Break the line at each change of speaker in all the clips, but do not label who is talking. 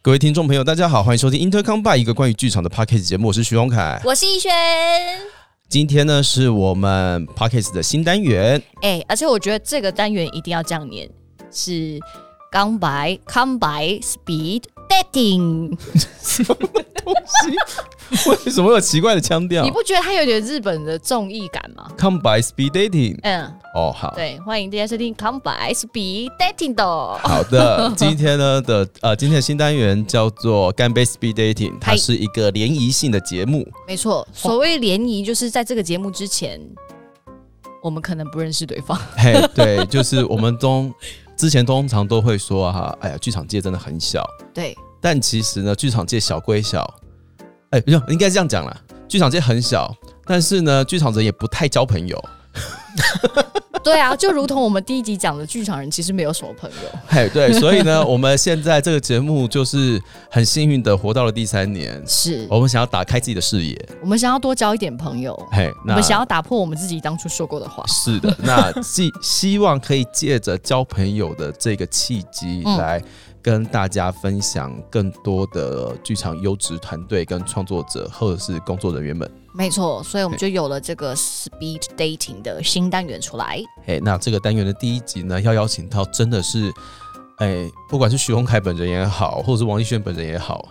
各位听众朋友，大家好，欢迎收听 Intercom by 一个关于剧场的 podcast 节目，我是徐荣凯。
我是逸轩。
今天呢，是我们 podcast 的新单元，
哎、而且我觉得这个单元一定要这样念，是刚白 come by speed dating。
为什么会有奇怪的腔调
你不觉得它有点日本的综艺感吗？
？Come by speed dating。
嗯，
哦，好，
对，欢迎大家收听 come by speed dating 的。
好的。今天呢的呃，今天的新单元叫做干杯 speed dating，它
嗨
是一个联谊性的节目。
没错，所谓联谊，就是在这个节目之前，我们可能不认识对方。
嘿，对，就是我们中之前通常都会说哈、哎呀，剧场界真的很小。
对，
但其实呢，剧场界小归小，哎、不是，应该这样讲啦。剧场界很小，但是呢，剧场人也不太交朋友。
对啊，就如同我们第一集讲的，剧场人其实没有什么朋友。
嘿，对，所以呢，我们现在这个节目就是很幸运的活到了第三年，
是
我们想要打开自己的视野。
我们想要多交一点朋友，
嘿，
我
那
们想要打破我们自己当初说过的话。
是的，那希希望可以借着交朋友的这个契机
嗯
来。跟大家分享更多的剧场优质团队、跟创作者或者是工作人员们。
没错，所以我们就有了这个 speed dating 的新单元出来。
哎，那这个单元的第一集呢，要邀请到真的是，哎，不管是徐宏凯本人也好，或者是王艺轩本人也好，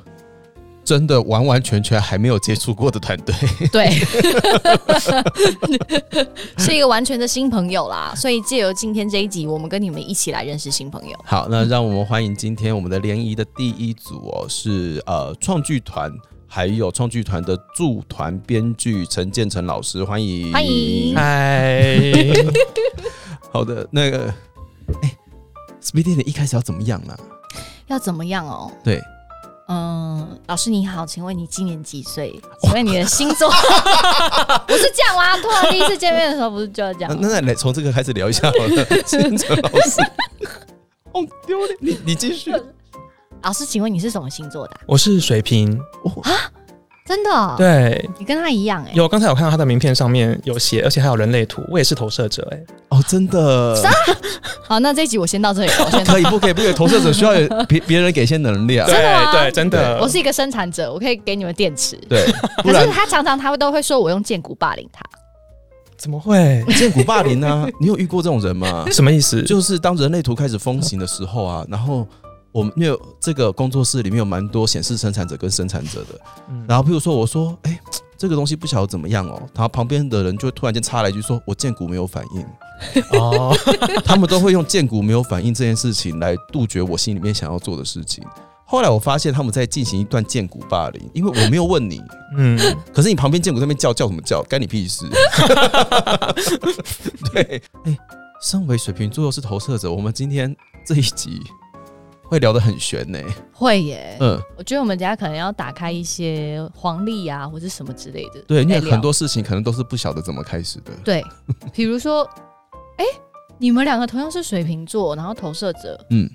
真的完完全全还没有接触过的团队。
对， 是一个完全的新朋友啦。所以借由今天这一集，我们跟你们一起来认识新朋友。
好，那让我们欢迎今天我们的联谊的第一组哦，是呃创剧团，还有创剧团的驻团编剧陈建成老师，欢迎，
欢迎
嗨，好的，那个，哎，Speedy 的一开始要怎么样啊？
要怎么样哦？
对，
嗯，老师你好，请问你今年几岁？请问你的星 座？不是这样吗？通常第一次见面的时候不是就要这样
那
吗？
那来从这个开始聊一下好了，先哲老师， 好丢脸！你你继续，
老师，请问你是什么星座的啊、
我是水瓶，
真的哦、
对，
你跟他一样哎、
有刚才有看到他的名片上面有写，而且还有人类图，我也是投射者、哎，
哦，真的，
好，那这一集我先到这里了，我 先
可以不可以不可以？投射者需要有别别人给一些能量，
真的吗
对对，真的，
我是一个生产者，我可以给你们电池。
对，呃 不
可是
然
他常常他都会说我用剑骨霸凌他，
怎么 会？
见骨霸凌啊， 你有遇过这种人吗？
什么意思？
就是当人类图开始风行的时候啊，然后。我们因为这个工作室里面有蛮多显示生产者跟生产者的，
嗯
然后譬如说我说，哎、这个东西不晓得怎么样哦，然后旁边的人就会突然间插来一句说，我见骨没有反应，
哦，
他们都会用见骨没有反应这件事情来杜绝我心里面想要做的事情。后来我发现他们在进行一段见骨霸凌，因为我没有问你，
嗯，
可是你旁边见骨在那边叫叫什么叫，干你屁 事。对，哎、身为水瓶座又是投射者，我们今天这一集会聊得很悬呢、
会耶。
嗯，
我觉得我们等下可能要打开一些黄历啊，或者什么之类的。
对，因为
来聊
很多事情可能都是不晓得怎么开始的。
对，比如说，哎、你们两个同样是水瓶座，然后投射者，
嗯，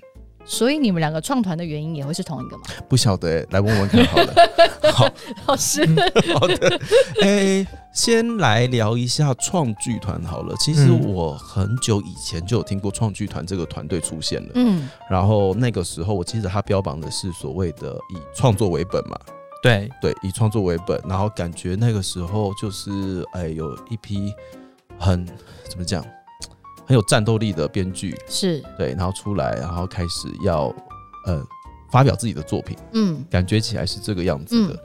所以你们两个创团的原因也会是同一 个吗？
不晓得、欸，来问问看 好了。好，
老师，
好的，哎、先来聊一下创剧团好了。其实
嗯
我很久以前就有听过创剧团这个团队出现了，
嗯，
然后那个时候我记得他标榜的是所谓的以创作为本嘛，
对，
对，以创作为本，然后感觉那个时候就是哎、有一批很怎么讲很有战斗力的编剧，
是，
对，然后出来，然后开始要呃发表自己的作品。
嗯，
感觉起来是这个样子的。
嗯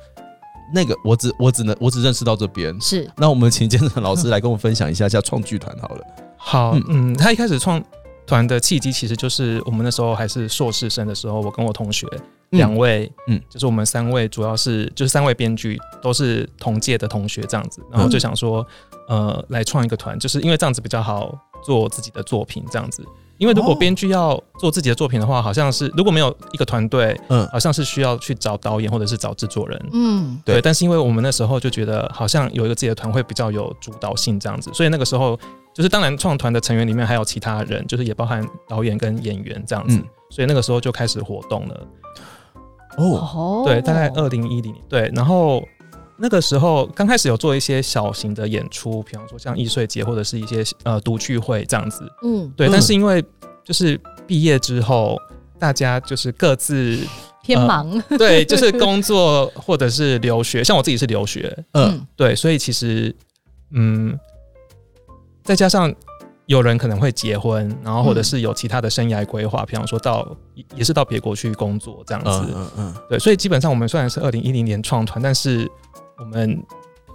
那个我只我只能我只认识到这边。
是，
那我们请建成老师
嗯
来跟我们分享一下下创剧团好了。
好
嗯，
嗯，他一开始创团的契机其实就是我们那时候还是硕士生的时候，我跟我同学两位，
嗯
嗯，就是我们三位，主要是就是三位编剧都是同届的同学这样子，然
嗯
后就想说，呃，来创一个团，就是因为这样子比较好做自己的作品这样子。因为如果
哦
编剧要做自己的作品的话，好像是如果没有一个团队，
嗯
好像是需要去找导演或者是找制作人。
嗯，
对
对，但是因为我们那时候就觉得好像有一个自己的团会比较有主导性这样子，所以那个时候就是当然创团的成员里面还有其他人，就是也包含导演跟演员这样子，
嗯
所以那个时候就开始活动了。
哦
哦
对，大概二零一零年，对，然后那个时候刚开始有做一些小型的演出，比方说像易碎节或者是一些呃读聚会这样子，
嗯，
对，
嗯
但是因为就是毕业之后，大家就是各自
偏
呃
忙，
对，就是工作或者是留学，像我自己是留学，
嗯，
嗯，
对，所以其实，嗯，再加上有人可能会结婚，然后或者是有其他的生涯规划，比方说到也是到别国去工作哦这样
嗯
子。
嗯嗯，
对，所以基本上我们虽然是二零一零年创团，但是我们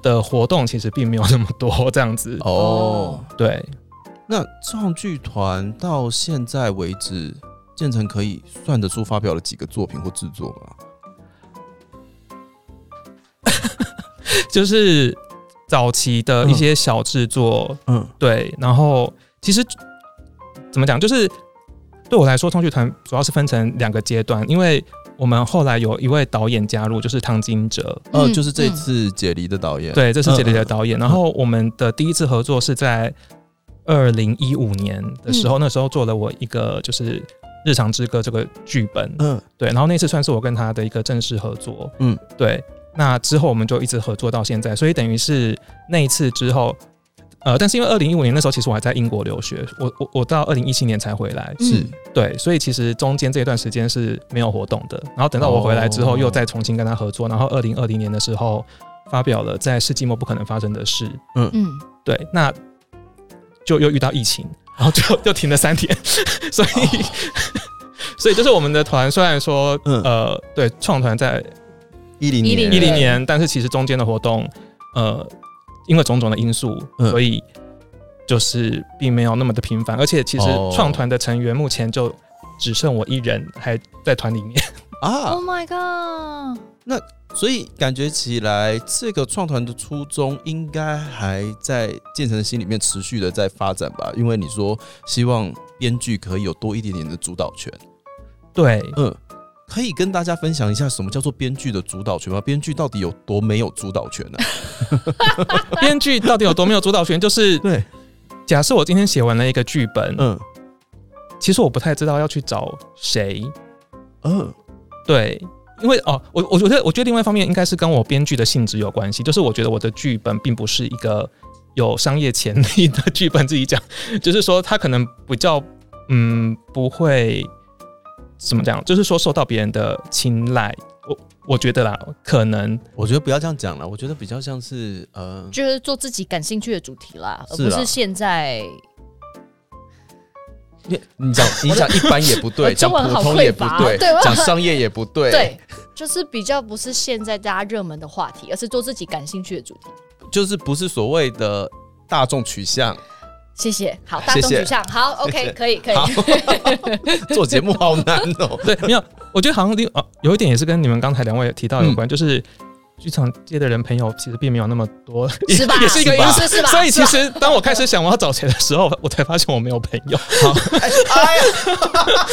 的活动其实并没有那么多这样子。
哦
哦，
对，
那创剧团到现在为止，建成可以算得出发表了几个作品或制作吗？
就是早期的一些小制作，
嗯
对，然后其实怎么讲，就是对我来说，冲剧团主要是分成两个阶段，因为我们后来有一位导演加入，就是汤金哲，
呃，
嗯
就是这
嗯
次解离的嗯导演，，
对，这是杰里的导演。然后我们的第一次合作是在二零一五年的时候，那时候做了我一个就是《日常之歌》这个剧本，
嗯
对，然后那次算是我跟他的一个正式合作，
嗯，
对。那之后我们就一直合作到现在，所以等于是那一次之后，呃，但是因为二零一五年那时候其实我还在英国留学，我我我到二零一七年才回来，
是
嗯
对，所以其实中间这一段时间是没有活动的。然后等到我回来之后，
哦
又再重新跟他合作，然后二零二零年的时候发表了在世纪末不可能发生的事，
嗯，
对，那就又遇到疫情，然后就 又停了三天，所以、所以就是我们的团虽然说、
嗯
呃对创团在
一零
10
一
对
零年，但是其实中间的活动呃因为种种的因素，
嗯
所以就是并没有那么的频繁，而且其实
哦
创团的成员目前就只剩我一人还在团里面。
啊
Oh，my god！
所以感觉起来，这个创团的初衷应该还在建成的心里面持续的在发展吧？因为你说希望编剧可以有多一点点的主导权，
对，
嗯，可以跟大家分享一下什么叫做编剧的主导权吗？编剧到底有多没有主导权呢、
编剧到底有多没有主导权？就是
对，
假设我今天写完了一个剧本，
嗯
其实我不太知道要去找谁。
嗯，
对，因为哦，我我觉得我觉得另外一方面应该是跟我编剧的性质有关系，就是我觉得我的剧本并不是一个有商业潜力的剧本，自己讲，就是说它可能比较嗯不会怎么讲，就是说受到别人的青睐。我我觉得啦，可能
我觉得不要这样讲了，我觉得比较像是呃，
就是做自己感兴趣的主题啦，而
是
不
啦
是现在
你你 讲你讲一般也不对，
呃
讲
中文
普
好
通也
匮
不
乏
对
对，我
讲商业也不对，
对，就是比较不是现在大家热门的话题，而是做自己感兴趣的主题。
就是不是所谓的大众取向。
谢谢，好，大
谢谢
众取向，好
谢谢
，OK，可以，可以，
好， 做节目好难哦。
对，没有，我觉得好像另啊有一点也是跟你们刚才两位提到有关，就是剧场界的人朋友其实并没有那么多，
是吧？
也是一个因素。
是是吧？
所
是
以其
吧
实当我开始想我要找谁的时候，我才发现我没有朋友。
哎呀，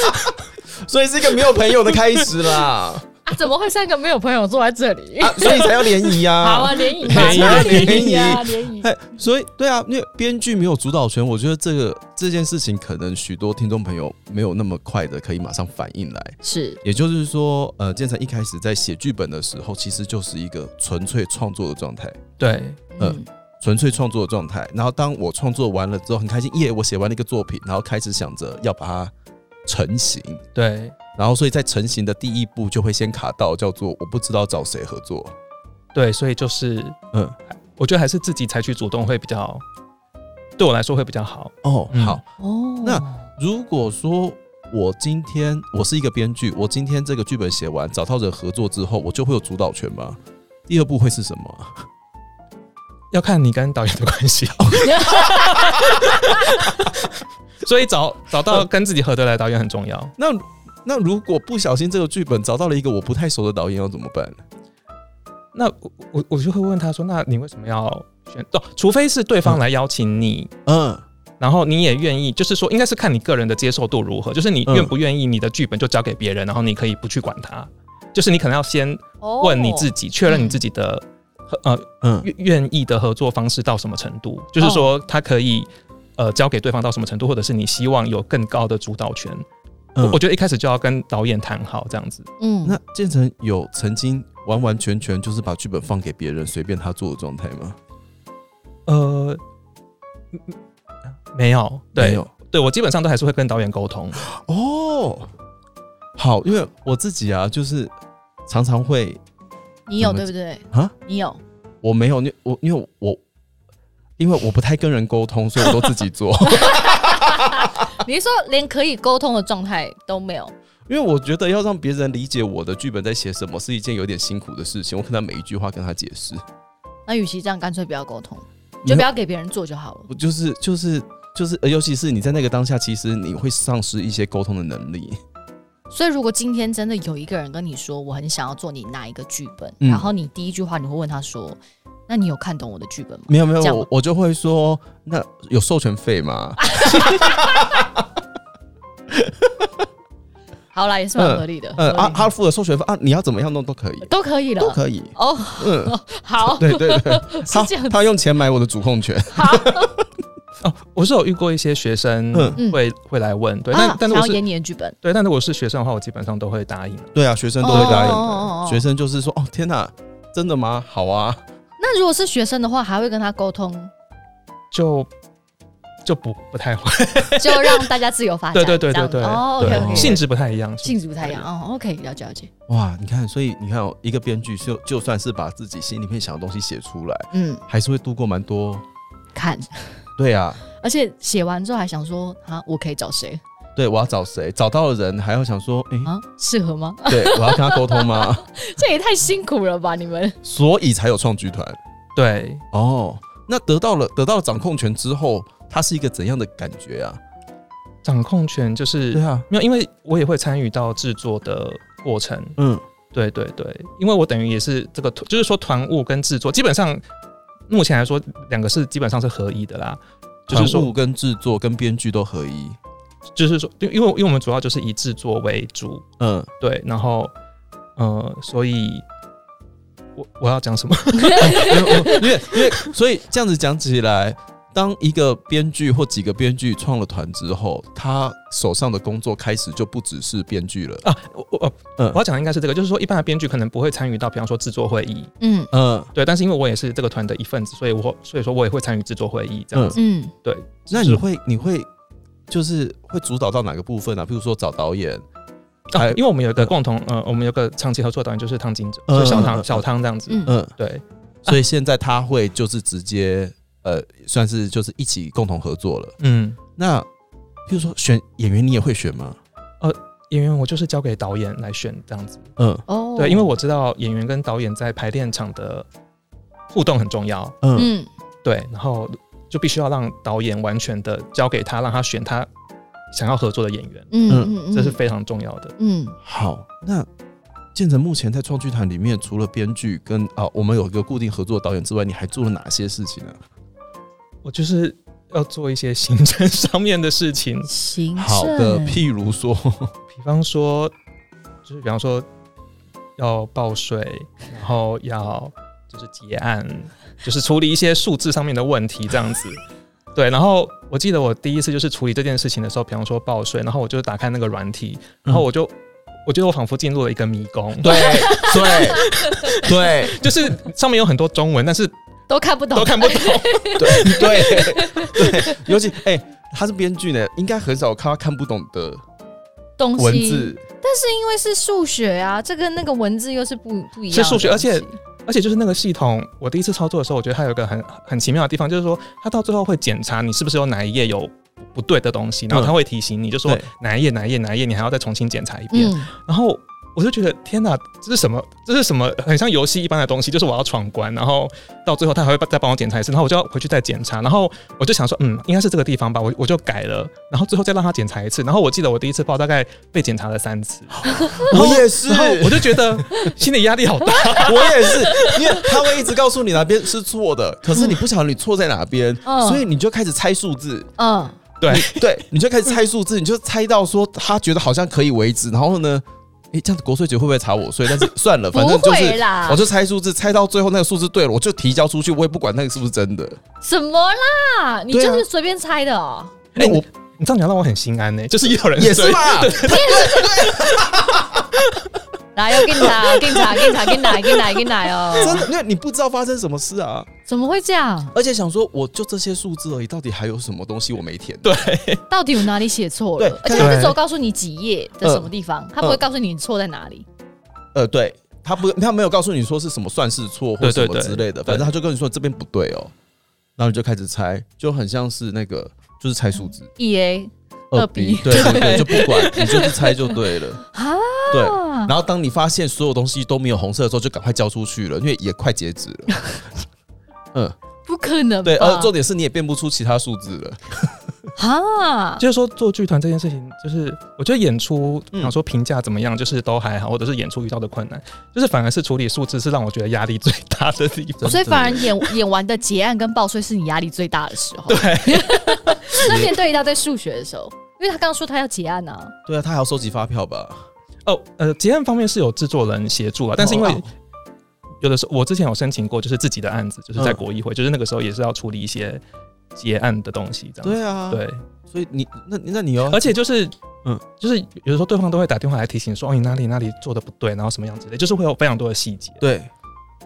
所以是一个没有朋友的开始 啦，
啊，怎么会三个没有朋友坐在这里？
啊、所以才要联谊
好
啊。
啊，联谊吧，
联谊
当然
联
联
谊
谊啊，联谊。
哎，所以对啊，因为编剧没有主导权，我觉得这个这件事情可能许多听众朋友没有那么快的可以马上反应来。
是，
也就是说，呃，建成一开始在写剧本的时候，其实就是一个纯粹创作的状态，
对，
嗯，
纯粹创作的状态。然后当我创作完了之后，很开心，耶，我写完了一个作品，然后开始想着要把它成型。
对，
然后，所以在成型的第一步就会先卡到叫做我不知道找谁合作。
对，所以就是，
嗯，
我觉得还是自己采取主动会比较，对我来说会比较好。
哦，
嗯
好。
哦，
那如果说我今天我是一个编剧，我今天这个剧本写完，找到人合作之后，我就会有主导权吗？第二步会是什么啊？
要看你跟导演的关 系。所以找找到跟自己合得来的导演很重要。
那那如果不小心这个剧本找到了一个我不太熟的导演，要怎么办？
那我我我就会问他说：“那你为什么要选？哦，除非是对方来邀请你，
嗯，
然后你也愿意，就是说，应该是看你个人的接受度如何，就是你
嗯
愿不愿意你的剧本就交给别人，然后你可以不去管他。就是你可能要先
哦
问你自
己，
己，确认你自己的合呃
嗯，
愿愿意的合作方式到什么程度，就是说
哦
他可以呃交给对方到什么程度，或者是你希望有更高的主导权。
嗯
我我觉得一开始就要跟导演谈好这样子。
嗯
那建成有曾经完完全全就是把剧本放给别人随便他做的状态吗？
呃，嗯嗯没有，
没
对
有
对，我基本上都还是会跟导演沟通。
哦。好，因为我自己啊，就是常常会
你有
怎么
对不对？
啊，
你有，
我没有，你我因为我因为我不太跟人沟通，所以我都自己做。
你是说连可以沟通的状态都没有？
因为我觉得要让别人理解我的剧本在写什么，是一件有点辛苦的事情。我可能每一句话跟他解释，
那与其这样，干脆不要沟通，就不要给别人做就好了。
我就是就是就是，呃尤其是你在那个当下，其实你会丧失一些沟通的能力。
所以，如果今天真的有一个人跟你说我很想要做你哪一个剧本，
嗯
然后你第一句话你会问他说：“那你有看懂我的剧本吗
没有没有，
这样？”
我我就会说，那有授权费吗？
好啦，也是蛮合理的，
呃，
合
啊，
理
他付了授权费啊，你要怎么样弄都可以，
都可以了，
都可以。
哦。
嗯，
好，
对对对，他
是这样子
他用钱买我的主控权。
好，
哦，我是有遇过一些学生
嗯
嗯
会、会来问，对，但、
啊
但
想
是我
要
是
演你的剧本，
对，但如果是学生的话，我基本上都会答应。
对啊，学生都会答应的。
哦哦哦哦
学生就是说，哦天哪，真的吗？好啊，
那如果是学生的话，还会跟他沟通，
就就不不太会，
就让大家自由发展。
对对对对
这
对，
样哦
对
OK OK，
性质不太一样，
性质不太一样哦。OK，了解了解。
哇，你看，所以你看、哦，一个编剧就就算是把自己心里面想的东西写出来，
嗯，
还是会度过蛮多。
看，
对啊，
而且写完之后还想说啊，我可以找谁
对我要找谁？找到了人，还要想说，哎、
啊？适合吗？
对我要跟他沟通吗？
这也太辛苦了吧，你们。
所以才有创剧团
对，
哦。那得到了得到了掌控权之后，它是一个怎样的感觉啊？
掌控权就是
对啊，
没有，因为我也会参与到制作的过程。
嗯，
对对对，因为我等于也是这个，就是说团务跟制作基本上目前来说，两个是基本上是合一的啦。就是
团务
说，
跟制作跟编剧都合一。
就是说，对因为因为我们主要就是以制作为主，
嗯，
对，然后呃，所以我我要讲 什么？
因为因为所以这样子讲起来，当一个编剧或几个编剧创了团之后，他手上的工作开始就不只是编剧了。
啊，我我
嗯
我要讲的应该是这个，就是说一般的编剧可能不会参与到，比方说制作会议，
嗯
嗯，
对，但是因为我也是这个团的一份子，所以我所以说我也会参与制作会议这样子。
嗯，
那
是
你会你会就是会主导到哪个部分啊？比如说找导演，
啊
还，
因为我们有一个共同呃，我们有个长期合作的导演就是汤金哲，就是
嗯嗯
小
嗯
汤小汤这样子。
嗯
嗯，
对
所以现在他会就是直接呃，算是就是一起共同合作了。
嗯，
那比如说选演员，你也会选吗？
演员我就是交给导演来选这样子。
嗯
哦
对，因为我知道演员跟导演在排练场的互动很重要。
嗯
嗯
对，然后就必须要让导演完全的交给他，让他选他想要合作的演员，
嗯
嗯
嗯，
这是非常重要的。
嗯
好，那建成目前在创剧团里面，除了编剧跟啊，我们有一个固定合作的导演之外，你还做了哪些事情呢、
我就是要做一些行政上面的事情，
行政
好的，譬如说，
比方说，就是比方说要报税，然后要就是结案，就是处理一些数字上面的问题这样子。 对，然后我记得我第一次就是处理这件事情的时候，比方说报税，然后我就打开那个软体，然后我就、我觉得我仿佛进入了一个迷宫，
嗯对对对
就是上面有很多中文，但是
都看不懂，
都看不懂。
对对对，尤其哎、他是编剧呢，应该很少看他看不懂的
东西
文字。
但是因为是数学啊，这跟那个文字又是不不一样的东西。
是数学而且而且就是那个系统，我第一次操作的时候，我觉得它有一个很很奇妙的地方，就是说它到最后会检查你是不是有哪一页有不对的东西，然后它会提醒你，就说
对
哪一页哪一页哪一页，你还要再重新检查一遍。
嗯，
然后我就觉得天哪，这是什么？这是什么？很像游戏一般的东西，就是我要闯关，然后到最后他还会再帮我检查一次，然后我就要回去再检查，然后我就想说，嗯，应该是这个地方吧，我我就改了，然后最后再让他检查一次。然后我记得我嗯第一次报大概被检查了三次，
我也是
然后我就觉得心理压力好大。
我也是，因为他会一直告诉你哪边是错的，可是你不晓得你错在哪边，
嗯
所以你就开始猜数字。
嗯，
对，
对，你就开始猜数字，你就猜到说他觉得好像可以为止，然后呢，诶，这样子国税局会不会查我税？但是算了，反正就
不会
是
啦
我就猜数字，猜到最后那个数字对了，我就提交出去，我也不管那个是不是真的。
什么啦？你就
对啊
是随便猜的哦。
哎
那我
欸 你这样讲让我很心安呢、就是也有人
也是
对
吧？
来哟，警察，警察，警察，警察，警察，警察
真
哦！
的，因为你不知道发生什么事啊，
怎么会这样？
而且想说我就这些数字而已，到底还有什么东西我没填？
对，
到底有哪里写错
对
了？而且他
对
是只有告诉你几页在什么地方，他不会告诉你你错在哪里。
呃，对他不，他没有告诉你说是什么算式错或
对
什
对
么之类的，
对
反正他就跟你说这边不对哦，然后你就开始猜，就很像是那个就是猜数字
E A 二比
对对对，就不管你就是猜就对了，
啊，
对。然后当你发现所有东西都没有红色的时候，就赶快交出去了，因为也快截止了。嗯，
不可能吧？
对，呃而重点是你也变不出其他数字了。
啊，
就是说做剧团这件事情，就是我觉得演出，
嗯
想说评价怎么样，就是都还好，或者是演出遇到的困难，就是反而是处理数字是让我觉得压力最大的地方。
所以反而演 演完的结案跟报税是你压力最大的时候。对， 那面对到在数学的时候，因为他刚刚说他要结案啊，
对啊，他还要收集发票吧？
哦，呃，结案方面是有制作人协助啊，但是因为
哦
有的时候我之前有申请过，就是自己的案子，就是在
嗯
国议会，就是那个时候也是要处理一些结案的东西，这样子。
对啊，，
对，
所以你那那你要
而且就是，
嗯
嗯，就是有时候对方都会打电话来提醒说，哦，你哪里哪里做的不对，然后什么样之类，就是会有非常多的细节。
对，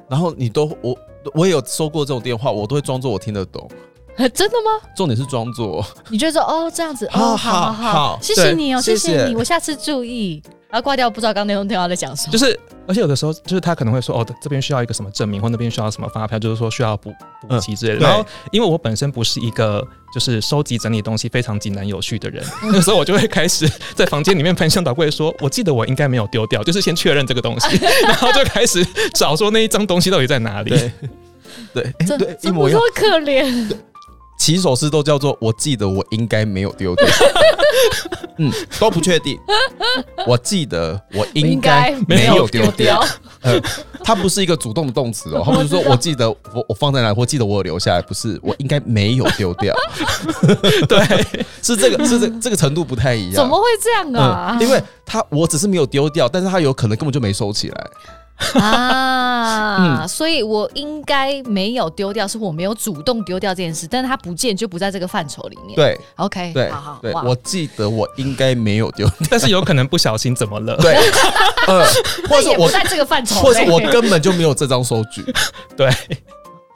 然后你都我我也有收过这种电话，我都会装作我听得懂。
真的吗？
重点是装作，
你就说哦这样子，
好
哦好
好好
谢谢你哦，
对
谢
谢
谢
谢
你，我下次注意。然后挂掉，不知道刚那通电话在讲什么
就。是，而且有的时候就是他可能会说，哦，这边需要一个什么证明，或那边需要什么发票，就是说需要补补齐
嗯
之类的。
对
然后，因为我本身不是一个就是收集整理东西非常井然有序的人， 那个时候我就会开始在房间里面翻箱倒柜，说我记得我应该没有丢掉，就是先确认这个 东西，然后就开始找说那一张东西到底在哪里。
对对哎
这
对，一
这
模
不
一
是
样。
可怜，
起手式都叫做我记得我应该没有丢 掉，嗯，都不确定。我记得我 应该没有丢掉，。呃它不是一个主动的动词哦，它不是说我记得我我放在哪，或记得我有留下来，不是我应该没有丢掉，
对，
是这个是这个这个程度不太一样。
怎么会这样啊
嗯，？因为他我只是没有丢掉，但是他有可能根本就没收起来。 嗯
啊，所以我应该没有丢掉，是我没有主动丢掉这件事，但是它不见就不在这个范畴里面。
对
，OK，
对
哎好好，
对，
哇
我记得我应该没有丢，
但是有可能不小心怎么了？
对， 呃，或
但
者
也
我
不，在这个范畴内，
或者我根本就没有这张收 据，
对，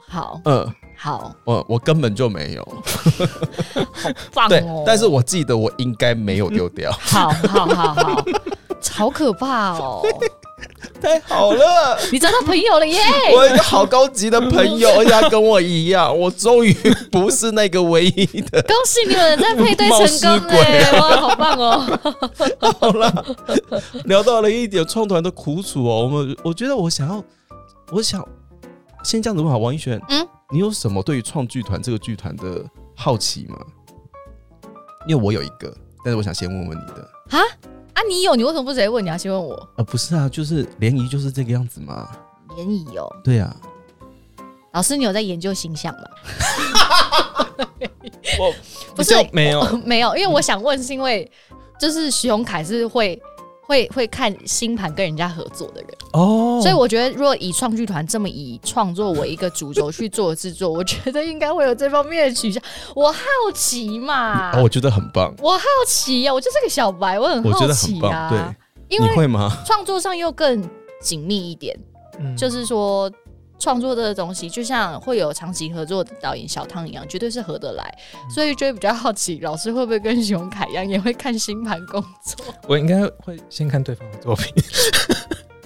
好
嗯
好
嗯，我根本就没有，
棒
对
哦，，
但是我记得我应该没有丢 掉，
好好好好，好可怕哦！
太好了。
你找到朋友了耶！
我有一个好高级的朋
哎
友，而且他跟我一样，我终于不是那个唯一的。
恭喜你们在配对成功
冒失
哎，哇，好棒 哦！
好了，聊到了一点创团的苦楚哦。我们我觉得我想要，我想先这样子问好，王一璇，嗯
嗯，
你有什么对于创剧团这个剧团的好奇吗？因为我有一个，但是我想先问问你的。
啊啊，你有你为什么不直接问？你要先问我
呃，不是啊，就是联谊就是这个样子嘛。
联谊哦。
对啊，
老师，你有在研究形象吗？
我
不
比
是
较没有，
没有，因为我想问，是因为就是徐宏凯是会会会看星盘跟人家合作的人，
哦，
所以我觉得如果以创剧团这么以创作为一个主轴去做制作，我觉得应该会有这方面的取向。我好奇嘛，
啊，我觉得很棒，
我好奇呀、我就是个小白，我很
我觉
好
得
奇
很
呀、
棒。对，
因
你
为
会吗？
创作上又更紧密一点，
嗯
就是说。创作的东西就像会有长期合作的导演小汤一样，绝对是合得来，所以就会比较好奇老师会不会跟熊凯一样，也会看星盘工作
我应该会先看对方的作品。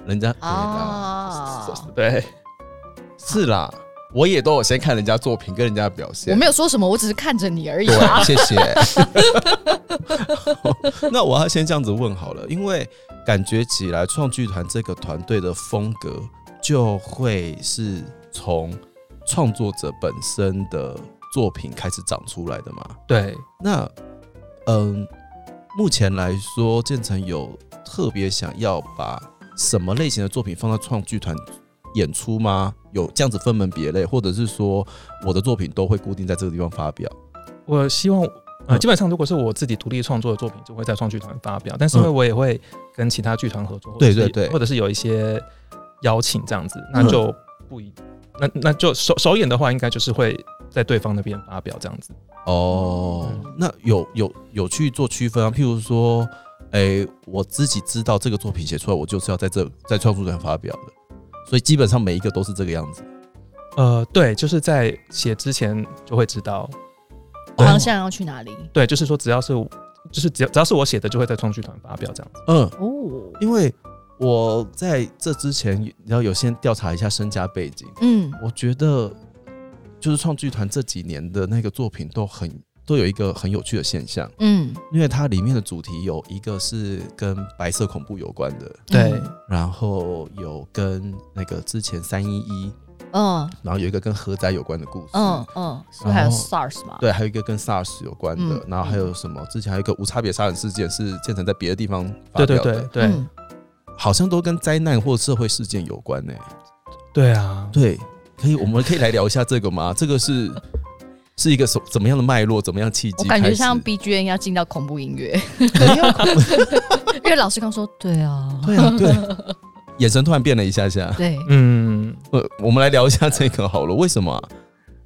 人家对啦
哦
啊？
对，
是啦，我也都有先看人家作品跟人家的表现
我。没有说什么，我只是看着你而已啊。
对，谢谢。那我要先这样子问好了，因为感觉起来创剧团这个团队的风格就会是从创作者本身的作品开始长出来的嘛。
对，
那嗯，目前来说，建成有特别想要把什么类型的作品放到创剧团演出吗？有这样子分门别类，或者是说我的作品都会固定在这个地方发表？
我希望。呃，
嗯
基本上如果是我自己独立创作的作品，就会在创剧团发表。但是因为我也会跟其他剧团合作，或
嗯
者
对
是
对对嗯
或者是有一些邀请这样子，那就不一，那那就首首演的话，应该就是会在对方那边发表这样子。
哦
嗯，
那有有有去做区分啊？譬如说，哎、诶、我自己知道这个作品写出来，我就是要在这在创作上发表的，所以基本上每一个都是这个样子。
呃，对，就是在写之前就会知道，
对
方向要去哪里？
对，就是说只要是就是只要只要是我写的，就会在创剧团发表这样子。
嗯，
哦，
因为我在这之前，然后有先调查一下身家背景，
嗯，
我觉得就是创剧团这几年的那个作品都很都有一个很有趣的现象，
嗯，
因为它里面的主题有一个是跟白色恐怖有关的，
对
然后有跟那个之前三一一，
嗯，
然后有一个跟核灾有关的故事，
嗯嗯，是不是还有
然后
SARS 嘛？，
对，还有一个跟 SARS 有关的，
嗯
然后还有什么？之前还有一个无差别杀人事件是建成在别的地方发
对
表
对
的，
对对、
嗯，
好像都跟灾难或社会事件有关呢、
对啊，
对，可以，我们可以来聊一下这个吗？这个是 是一个什怎么样的脉络？怎么样契机
我
开
感
始？
觉像 B G M 要进到恐怖音 乐，
没有恐怖，
因为老师刚说，对啊，
对啊，对，眼神突然变了一下下。
对，
嗯，
呃，我们来聊一下这个好了，为什么啊、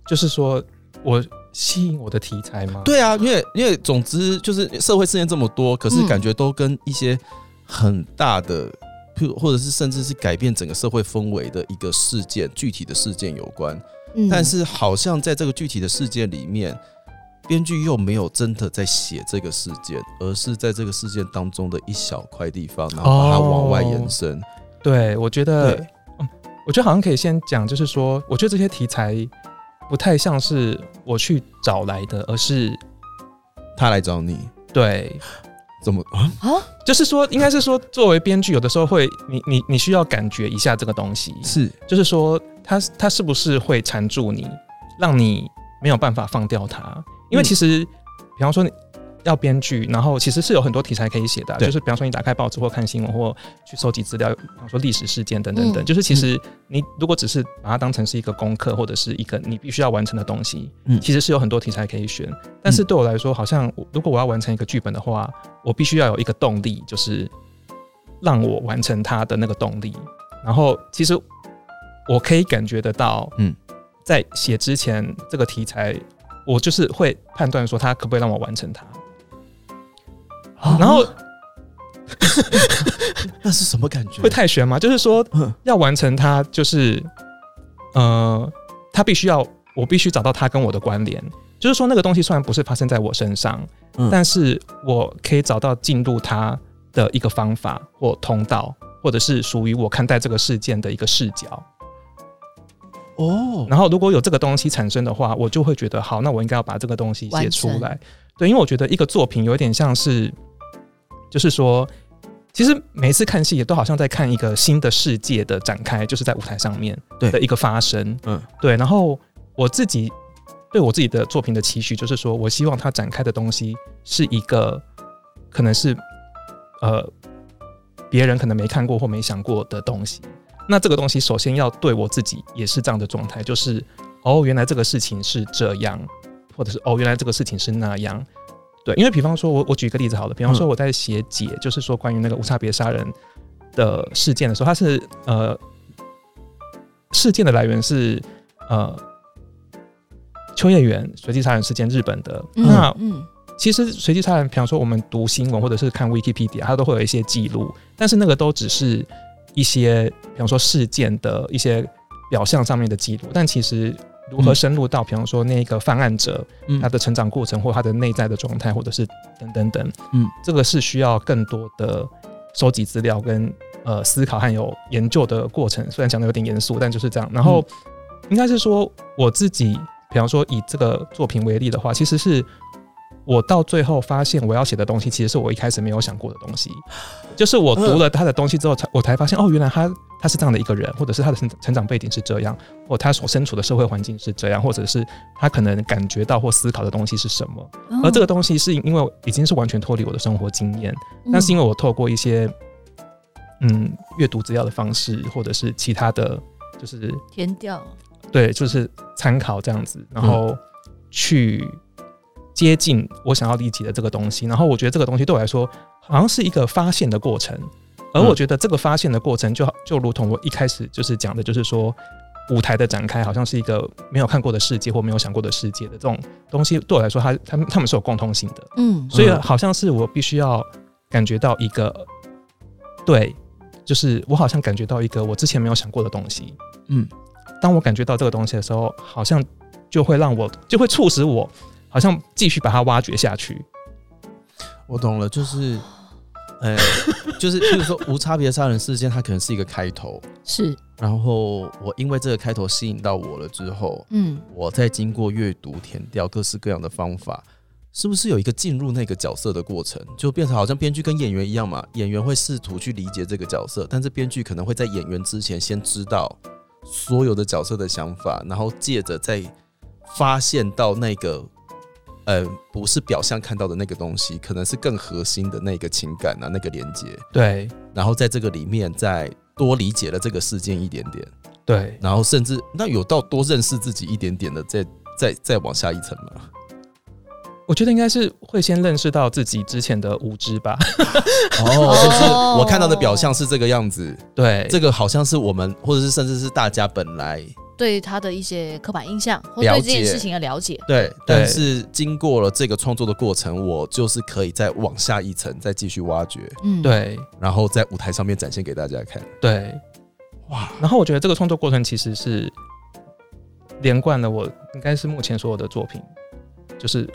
就是说我吸引我的题材吗？
对啊，因为因为总之就是社会事件这么多，可是
嗯
感觉都跟一些很大的，譬如或者是甚至是改变整个社会氛围的一个事件，具体的事件有关。
嗯
但是好像在这个具体的事件里面，编剧又没有真的在写这个事件，而是在这个事件当中的一小块地方，然后把它往外延伸。
对，我觉得
哦对，
我觉得好像可以先讲，就是说，我觉得这些题材不太像是我去找来的，而是
他来找你，
对，
怎么啊？
啊，
就是说，应该是说，作为编剧，有的时候会，你你你需要感觉一下这个东西，
是
就是说，它它是不是会缠住你，让你没有办法放掉它？因
嗯
为其实，比方说你要编剧，然后其实是有很多题材可以写的啊、
对
就是比方说你打开报纸或看新闻或去收集资料，比方说历史事件等等等，
嗯
就是其实你如果只是把它当成是一个功课或者是一个你必须要完成的东西，
嗯
其实是有很多题材可以选。但是对我来说，好像我如果我要完成一个剧本的话，我必须要有一个动力，就是让我完成它的那个动力。然后其实我可以感觉得到，
嗯
嗯，在写之前这个题材，我就是会判断说它可不可以让我完成它。然后
那是什么感觉
会？太悬吗？就是说
嗯
要完成它，就是呃，它必须要我必须找到它跟我的关联。就是说，那个东西虽然不是发生在我身上，
嗯
但是我可以找到进入它的一个方法或通道，或者是属于我看待这个事件的一个视角。
哦，
然后如果有这个东西产生的话，我就会觉得好，那我应该要把这个东西写出
完
来。对，因为我觉得一个作品有一点像是，就是说，其实每一次看戏也都好像在看一个新的世界的展开，就是在舞台上面
对
的一个发生。
嗯
对，然后我自己对我自己的作品的期许就是说，我希望它展开的东西是一个可能是呃别人可能没看过或没想过的东西。那这个东西首先要对我自己也是这样的状态，就是哦，原来这个事情是这样，或者是哦，原来这个事情是那样。对，因为比方说我我举一个例子好了，比方说我在写解，就是说关于那个无差别杀人的事件的时候，它是呃事件的来源是呃秋叶原随机杀人事件日本的。
嗯
那
嗯
其实随机杀人，比方说我们读新闻或者是看 Wikipedia，它都会有一些记录，但是那个都只是一些，比方说事件的一些表象上面的记录，但其实如何深入到，比方说那个犯案者
嗯
他的成长过程或他的内在的状态，或者是等等等，
嗯，
这个是需要更多的收集资料跟呃思考还有研究的过程。虽然讲的有点严肃，但就是这样。然后
嗯
应该是说我自己，比方说以这个作品为例的话，其实是我到最后发现我要写的东西，其实是我一开始没有想过的东西。就是我读了他的东西之后，才我才发现哦，原来他他是这样的一个人，或者是他的成成长背景是这样，或他所身处的社会环境是这样，或者是他可能感觉到或思考的东西是什么。
嗯
而这个东西是因为已经是完全脱离我的生活经验，
嗯
但是因为我透过一些嗯阅读资料的方式，或者是其他的，就是
填掉，
对，就是参考这样子，然后去接近我想要理解的这个东西。然后我觉得这个东西对我来说，好像是一个发现的过程。而
嗯
我觉得这个发现的过程就，就如同我一开始就是讲的，就是说舞台的展开好像是一个没有看过的世界或没有想过的世界的这种东西，对我来说它，它他们是有共通性的。
嗯
所以好像是我必须要感觉到一个，对，就是我好像感觉到一个我之前没有想过的东西。
嗯，
当我感觉到这个东西的时候，好像就会让我就会促使我，好像继续把它挖掘下去。
我懂了，就是，呃， 就是譬如说无差别杀人事件，它可能是一个开头，
是，
然后我因为这个开头吸引到我了之后，
嗯，
我再经过阅读、填调各式各样的方法，是不是有一个进入那个角色的过程，就变成好像编剧跟演员一样嘛？演员会试图去理解这个角色，但是编剧可能会在演员之前先知道所有的角色的想法，然后借着再发现到那个。呃，不是表象看到的那个东西，可能是更核心的那个情感啊，那个连接，
对
然后在这个里面再多理解了这个事件一点点。
对，
然后甚至那有到多认识自己一点点的，再再再往下一层嘛。
我觉得应该是会先认识到自己之前的无知吧。
哦哎就是我看到的表象是这个样子，
对，
这个好像是我们，或者是甚至是大家本来
对他的一些刻板印象或
了
对这件
解
事情的了解，
对，但是经过了这个创作的过程，我就是可以再往下一层，再继续挖掘，
嗯，，
对
然后在舞台上面展现给大家看。
对，
哇，
然后我觉得这个创作过程其实是连贯了我应该是目前所有的作品，就是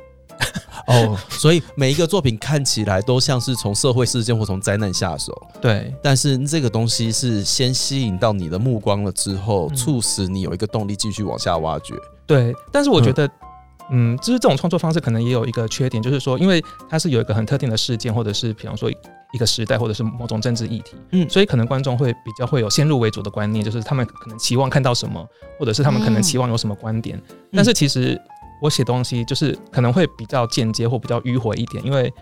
哦，所以每一个作品看起来都像是从社会事件或从灾难下手，
对
但是这个东西是先吸引到你的目光了之后，
嗯
促使你有一个动力继续往下挖掘。
对，但是我觉得。嗯，就是这种创作方式可能也有一个缺点，就是说，因为它是有一个很特定的事件，或者是比方说一个时代，或者是某种政治议题，
嗯
所以可能观众会比较会有先入为主的观念，就是他们可能期望看到什么，或者是他们可能
嗯
期望有什么观点。但是其实我写东西就是可能会比较间接或比较迂回一点，因为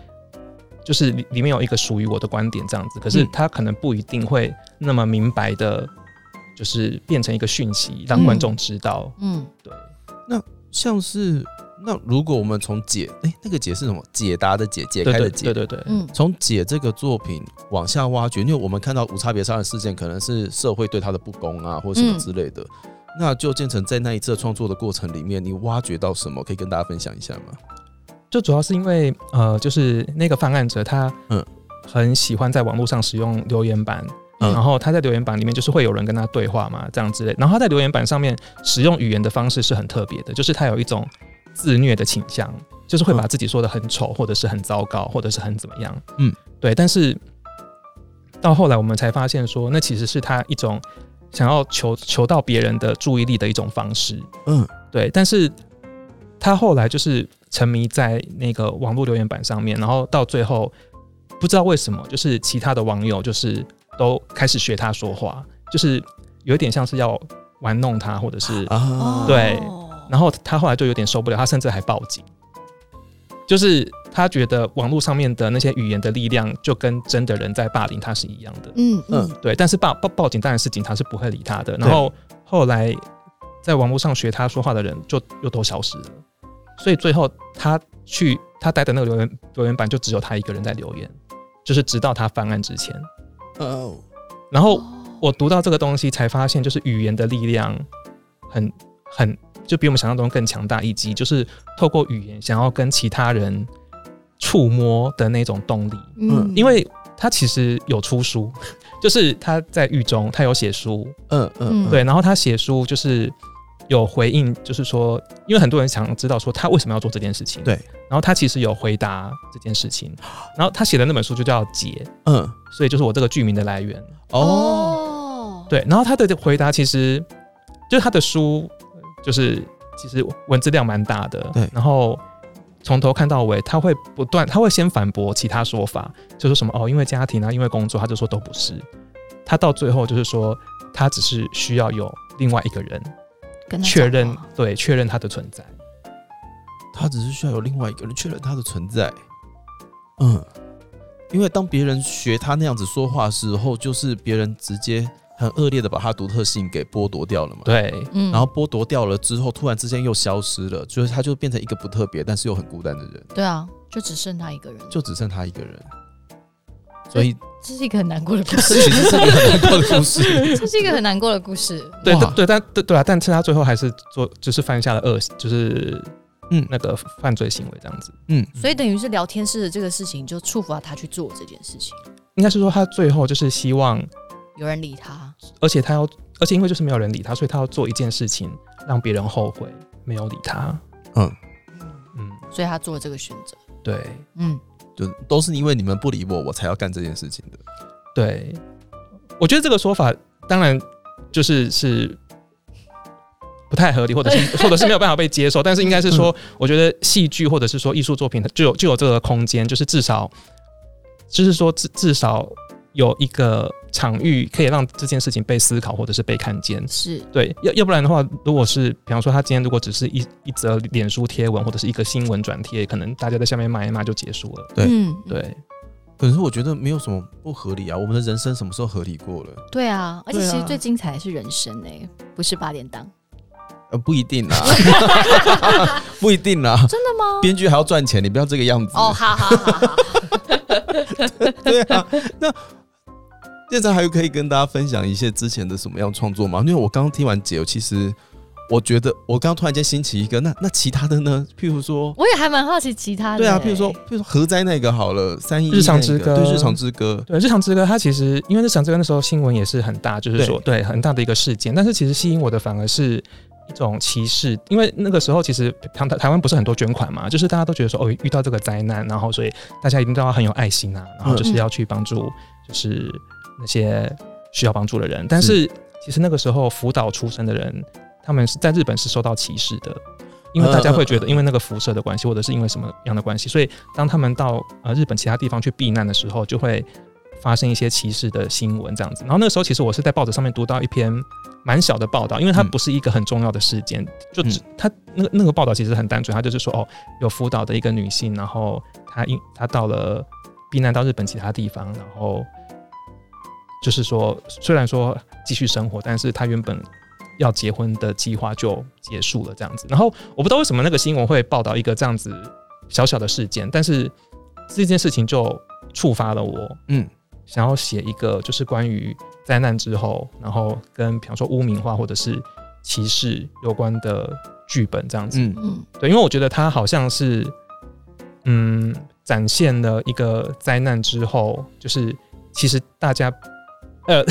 就是里里面有一个属于我的观点这样子，可是
嗯
它可能不一定会那么明白的，就是变成一个讯息让观众知道。
嗯，
对，
像是那如果我们从解哎、那个解是什么？解答的解，解
对
开的
对
解
对。对对，
嗯，
从解这个作品往下挖掘，因为我们看到无差别杀人事件，可能是社会对他的不公啊，或者什么
嗯
之类的。那就建成在那一次的创作的过程里面，你挖掘到什么？可以跟大家分享一下吗？
就主要是因为呃，就是那个犯案者他
嗯
很喜欢在网络上使用留言板。
嗯
然后他在留言板里面就是会有人跟他对话嘛，这样之类。然后他在留言板上面使用语言的方式是很特别的，就是他有一种自虐的倾向，就是会把自己说的很丑，或者是很糟糕，或者是很怎么样。
嗯，
对。但是到后来我们才发现说，那其实是他一种想要求求到别人的注意力的一种方式。
嗯，
对，但是他后来就是沉迷在那个网络留言板上面，然后到最后不知道为什么，就是其他的网友就是都开始学他说话，就是有一点像是要玩弄他，或者是，
啊，
对
哦
然后他后来就有点受不了，他甚至还报警，就是他觉得网络上面的那些语言的力量就跟真的人在霸凌他是一样的，
嗯
嗯
嗯，
对，但是报报报警当然是警察是不会理他的。然后后来在网络上学他说话的人就又都消失了，所以最后他去他待的那个留言留言板就只有他一个人在留言，就是直到他犯案之前。
哦，
然后
哦
我读到这个东西才发现，就是语言的力量很很就比我们想象中更强大，以及就是透过语言想要跟其他人触摸的那种动力。
嗯
因为他其实有出书， 就是他在狱中，他有写书，
嗯嗯，
嗯
对，然后他写书就是有回应，就是说，因为很多人想知道说他为什么要做这件事情，
对，
然后他其实有回答这件事情，然后他写的那本书就叫《解》，
嗯，
所以就是我这个剧名的来源，
哦，
哦，
对，然后他的回答其实就是他的书就是其实文字量蛮大的，
对
然后。从头看到尾，他会不断，他会先反驳其他说法，就说什么哦，因为家庭啊，因为工作，他就说都不是。他到最后就是说，他只是需要有另外一个人，
跟他
确
讲
认
话
对确认它的存在。
他只是需要有另外一个人确认他的存在。嗯，因为当别人学他那样子说话的时候，就是别人直接很恶劣的把他独特性给剥夺掉了嘛。
对
嗯
然后剥夺掉了之后，突然之间又消失了，就是他就变成一个不特别，但是又很孤单的人，
对啊，就只剩他一个人，
就只剩他一个人。所以
这是一个很难过的故
这
事，
其实是一个很难过的故事。 嗯
这是一个很难过的故事。
对
哇
对对，但对对啊，但是他最后还是做，就是犯下了恶，就是
嗯
那个犯罪行为这样子。
嗯，
所以等于是聊天室的这个事情就触发他去做这件事情，
应该是说他最后就是希望，
有人理他，
而且他要，而且因为就是没有人理他，所以他要做一件事情让别人后悔，没有理他。
嗯，
嗯，
所以他做了这个选择，
对
嗯，
就都是因为你们不理我，我才要干这件事情的。
对，我觉得这个说法当然就是是。不太合理，或者是或者是没有办法被接受，但是应该是说，我觉得戏剧或者是说艺术作品，它就有就有这个空间，就是至少，就是说至至少有一个场域可以让这件事情被思考或者是被看见。
是
对，要要不然的话，如果是比方说他今天如果只是一一则脸书贴文或者是一个新闻转贴，可能大家在下面骂一骂就结束了。
对
嗯，
对，
可是我觉得没有什么不合理啊，我们的人生什么时候合理过了？
对啊，而且
对
其
啊
实最精彩的是人生哎、不是八点档，
呃，不一定 啦，不一定啦。
真的吗？
编剧还要赚钱，你不要这个样子。
哦，好好好好，
对啊，那现在还可以跟大家分享一些之前的什么样创作吗？因为我刚刚听完解忧，其实我觉得我刚刚突然间兴起一个，那那其他的呢？譬如说，
我也还蛮好奇其他的、
对啊，
欸
譬如说，譬如说何在那个好了，三一
哎日常之歌
对，日常之歌，
对，日常之歌它其实因为日常之歌那时候新闻也是很大，就是说对很大的一个事件，但是其实吸引我的反而是。一种歧视，因为那个时候其实台台湾不是很多捐款嘛，就是大家都觉得说哦遇到这个灾难，然后所以大家一定都要很有爱心啊，然后就是要去帮助就是那些需要帮助的人。但是其实那个时候福岛出生的人，他们是在日本是受到歧视的，因为大家会觉得因为那个辐射的关系，或者是因为什么样的关系，所以当他们到呃日本其他地方去避难的时候，就会发生一些歧视的新闻这样子。然后那个时候，其实我是在报纸上面读到一篇蛮小的报道，因为它
嗯
不是一个很重要的事件，就只它那个那个报道其实很单纯，它就是说哦，有福岛的一个女性，然后她因她到了避难到日本其他地方，然后就是说虽然说继续生活，但是她原本。要结婚的计划就结束了，这样子。然后我不知道为什么那个新闻会报道一个这样子小小的事件，但是这件事情就触发了我，
嗯，
想要写一个就是关于灾难之后，然后跟比方说污名化或者是歧视有关的剧本这样子。
嗯
嗯，
对，因为我觉得它好像是，嗯，展现了一个灾难之后，就是其实大家，呃，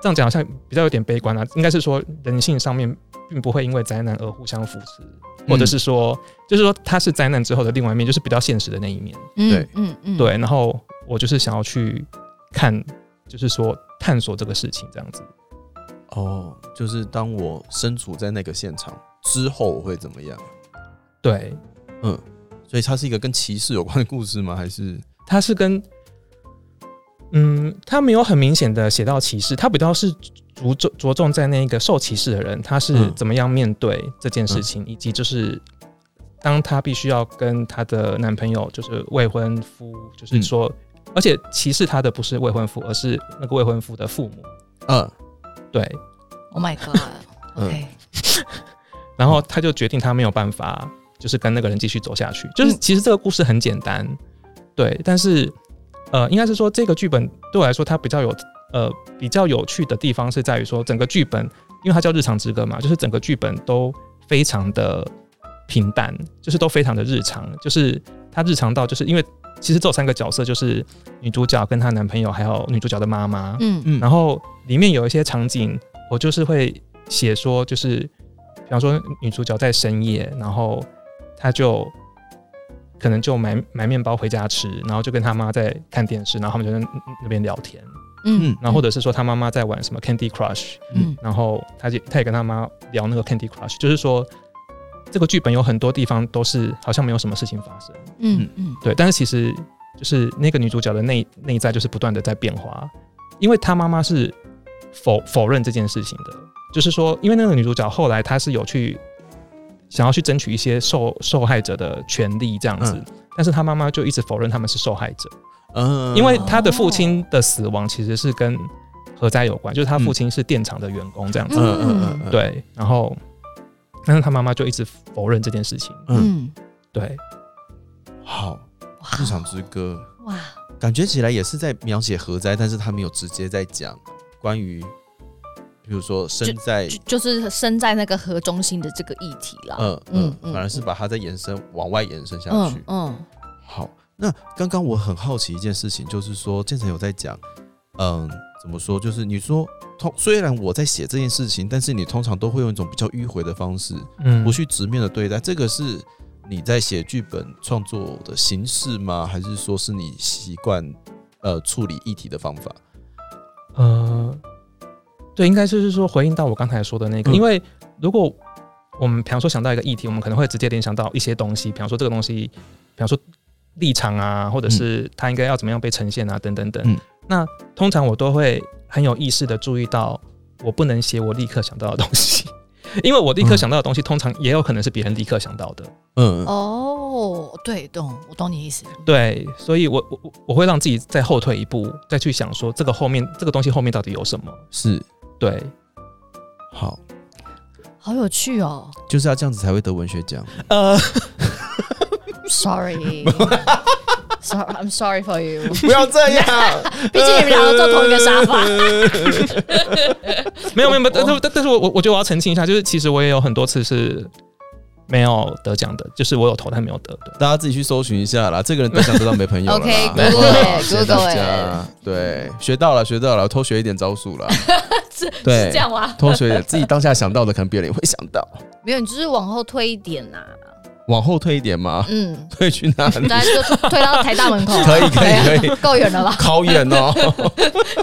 这样讲好像比较有点悲观啊，应该是说人性上面并不会因为灾难而互相扶持，或者是说，就是说它是灾难之后的另外一面，就是比较现实的那一面。
嗯
对，
嗯嗯，
对，然后我就是想要去看，就是说探索这个事情这样子。
哦，就是当我身处在那个现场之后，我会怎么样？
对，
嗯，所以它是一个跟歧视有关的故事吗？还是
它是跟，嗯，它没有很明显的写到歧视，它比较是着重着重在那个受歧视的人，他是
嗯
怎么样面对这件事情，以及就是当他必须要跟他的男朋友，就是未婚夫，就是
嗯
说，而且歧视他的不是未婚夫，而是那个未婚夫的父母。
嗯
对，
，Oh my God，OK，、
然后他就决定他没有办法，就是跟那个人继续走下去。就是
嗯
其实这个故事很简单，对，但是呃，应该是说这个剧本对我来说，它比较有呃比较有趣的地方是在于说整个剧本，因为它叫《日常之歌》嘛，就是整个剧本都非常的平淡，就是都非常的日常，就是它日常到就是因为其实只有三个角色，就是女主角跟她男朋友，还有女主角的妈妈，
嗯
嗯，
然后里面有一些场景，我就是会写说，就是比方说女主角在深夜，然后她就可能就买买面包回家吃，然后就跟她妈在看电视，然后他们就在那那边聊天，
嗯
然后或者是说她妈妈在玩什么 Candy Crush，
嗯
然后她就她也跟她妈聊那个 Candy Crush，就是说这个剧本有很多地方都是好像没有什么事情发生，
嗯嗯
对，但是其实就是那个女主角的内内在就是不断的在变化，因为她妈妈是否否认这件事情的，就是说，因为那个女主角后来她是有去想要去争取一些受受害者的权利这样子，
嗯
但是她妈妈就一直否认他们是受害者，
嗯
因为她的父亲的死亡其实是跟何灾有关，就是她父亲是电厂的员工这样子，
嗯嗯嗯，
对，然后但是她妈妈就一直否认这件事情，
嗯，
嗯，
对，
好，
哇
日常之歌。
哇，
感觉起来也是在描写核灾，但是他没有直接在讲关于比如说身在
就就是身在那个核中心的这个议题啦。
嗯嗯
嗯，
反
嗯
而是把它再延伸往外延伸下去
嗯。嗯，
好，那刚刚我很好奇一件事情，就是说建成有在讲，嗯，怎么说？就是你说通，虽然我在写这件事情，但是你通常都会用一种比较迂回的方式，
嗯
不去直面的对待。这个是你在写剧本创作的形式吗？还是说是你习惯呃处理议题的方法？
呃，对，应该就是说回应到我刚才说的那个，
嗯
因为如果我们比方说想到一个议题，我们可能会直接联想到一些东西，比方说这个东西，比方说立场啊，或者是它应该要怎么样被呈现啊，等等等。
嗯
那通常我都会很有意识的注意到，我不能写我立刻想到的东西， 因为我立刻
嗯
想到的东西，通常也有可能是别人立刻想到的。
嗯，
哦，对，懂，我懂你意思。
对，所以我我我我会让自己再后退一步，再去想说这个后面这个东西后面到底有什么。
是
对，
好，
好有趣哦
就是要这样子才会得文学 奖。
呃，
，sorry。Sorry, I'm sorry for you。
不要这样，
毕竟你们两个坐同一个沙发。
没有没有没有，但是但但是我我我觉得我要澄清一下，就是其实我也有很多次是没有得奖的，就是我有投但没有得的。
大家自己去搜寻一下啦。这个人得奖得到没朋友 了啦
OK，Google
好不好
it，
谢谢大
Google
家。对，学到了，学到了，偷学一点招数啦。 对
是这样吗？
偷学一点，自己当下想到的，可能别人也会想到。
没有，你就是往后推一点呐、
往后退一点嘛，
嗯，
退去哪 里？
大家就推到台大门口。
可以，可以，可以。
够远了吧？
好远哦，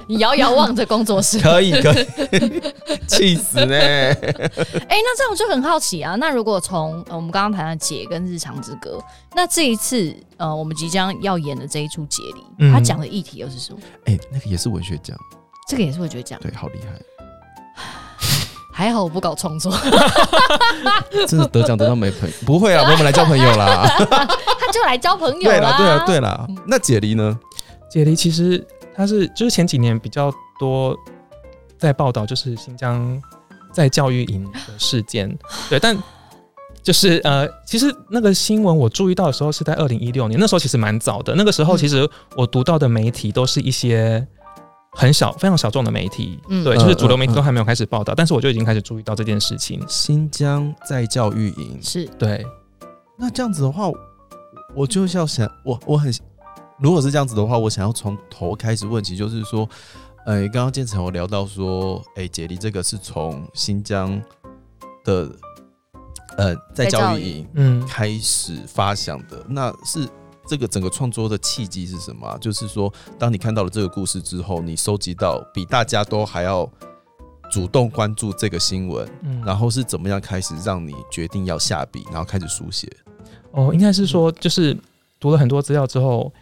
你遥遥望着工作室。
可以，可以，气死呢！
哎、那这样我就很好奇啊。那如果从、呃、我们刚刚谈的《姐》跟《日常之歌》，那这一次呃，我们即将要演的这一出《解离》，
嗯
它讲的议题又是什么？
哎、那个也是文学奖，
这个也是我觉得讲，
对，好厉害，
还好我不搞创作，
真的得奖得到没朋友， 不会啊，我们来 交朋友啦，
他就来交朋友
对啦，嗯对啦，
啦
对啦。那解离呢？
解离其实它是就是前几年比较多在报道，就是新疆在教育营的事件，对，但。就是呃，其实那个新闻我注意到的时候是在二零一六年，那时候其实蛮早的。那个时候其实我读到的媒体都是一些很小、非常小众的媒体，
嗯
对，就
嗯
是主流
嗯
媒体
嗯
都还没有开始报道，但是我就已经开始注意到这件事情。
新疆在教育营，
是
对，
那这样子的话，我我就是要想，我我很，如果是这样子的话，我想要从头开始问起，就是说，呃，刚刚建成有聊到说，哎、解离这个是从新疆的，呃，在
在
教
教
育
育
营
嗯，
开始发想的，那是这个整个创作的契机是什么啊、就是说，当你看到了这个故事之后，你收集到比大家都还要主动关注这个新闻，
嗯
然后是怎么样开始让你决定要下笔，然后开始书写？
哦，应该是说，就是读了很多资料之后，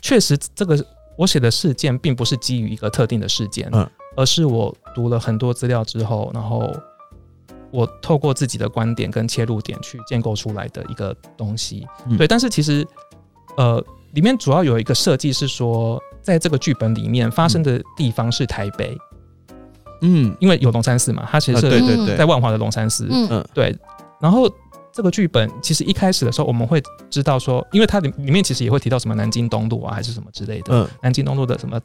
确实这个我写的事件并不是基于一个特定的事件，
嗯
而是我读了很多资料之后，然后我透过自己的观点跟切入点去建构出来的一个东西。
嗯
对，但是其实呃，里面主要有一个设计是说，在这个剧本里面发生的地方是台北，
嗯，
因为有龙山寺嘛，它其
啊
实
对
是
对
嗯
对，
在万华的龙山寺，
嗯
嗯
对，然后这个剧本其实一开始的时候，我们会知道说，因为它里里面其实也会提到什么南京东路啊，还是什么之类的，
嗯
南京东路的什么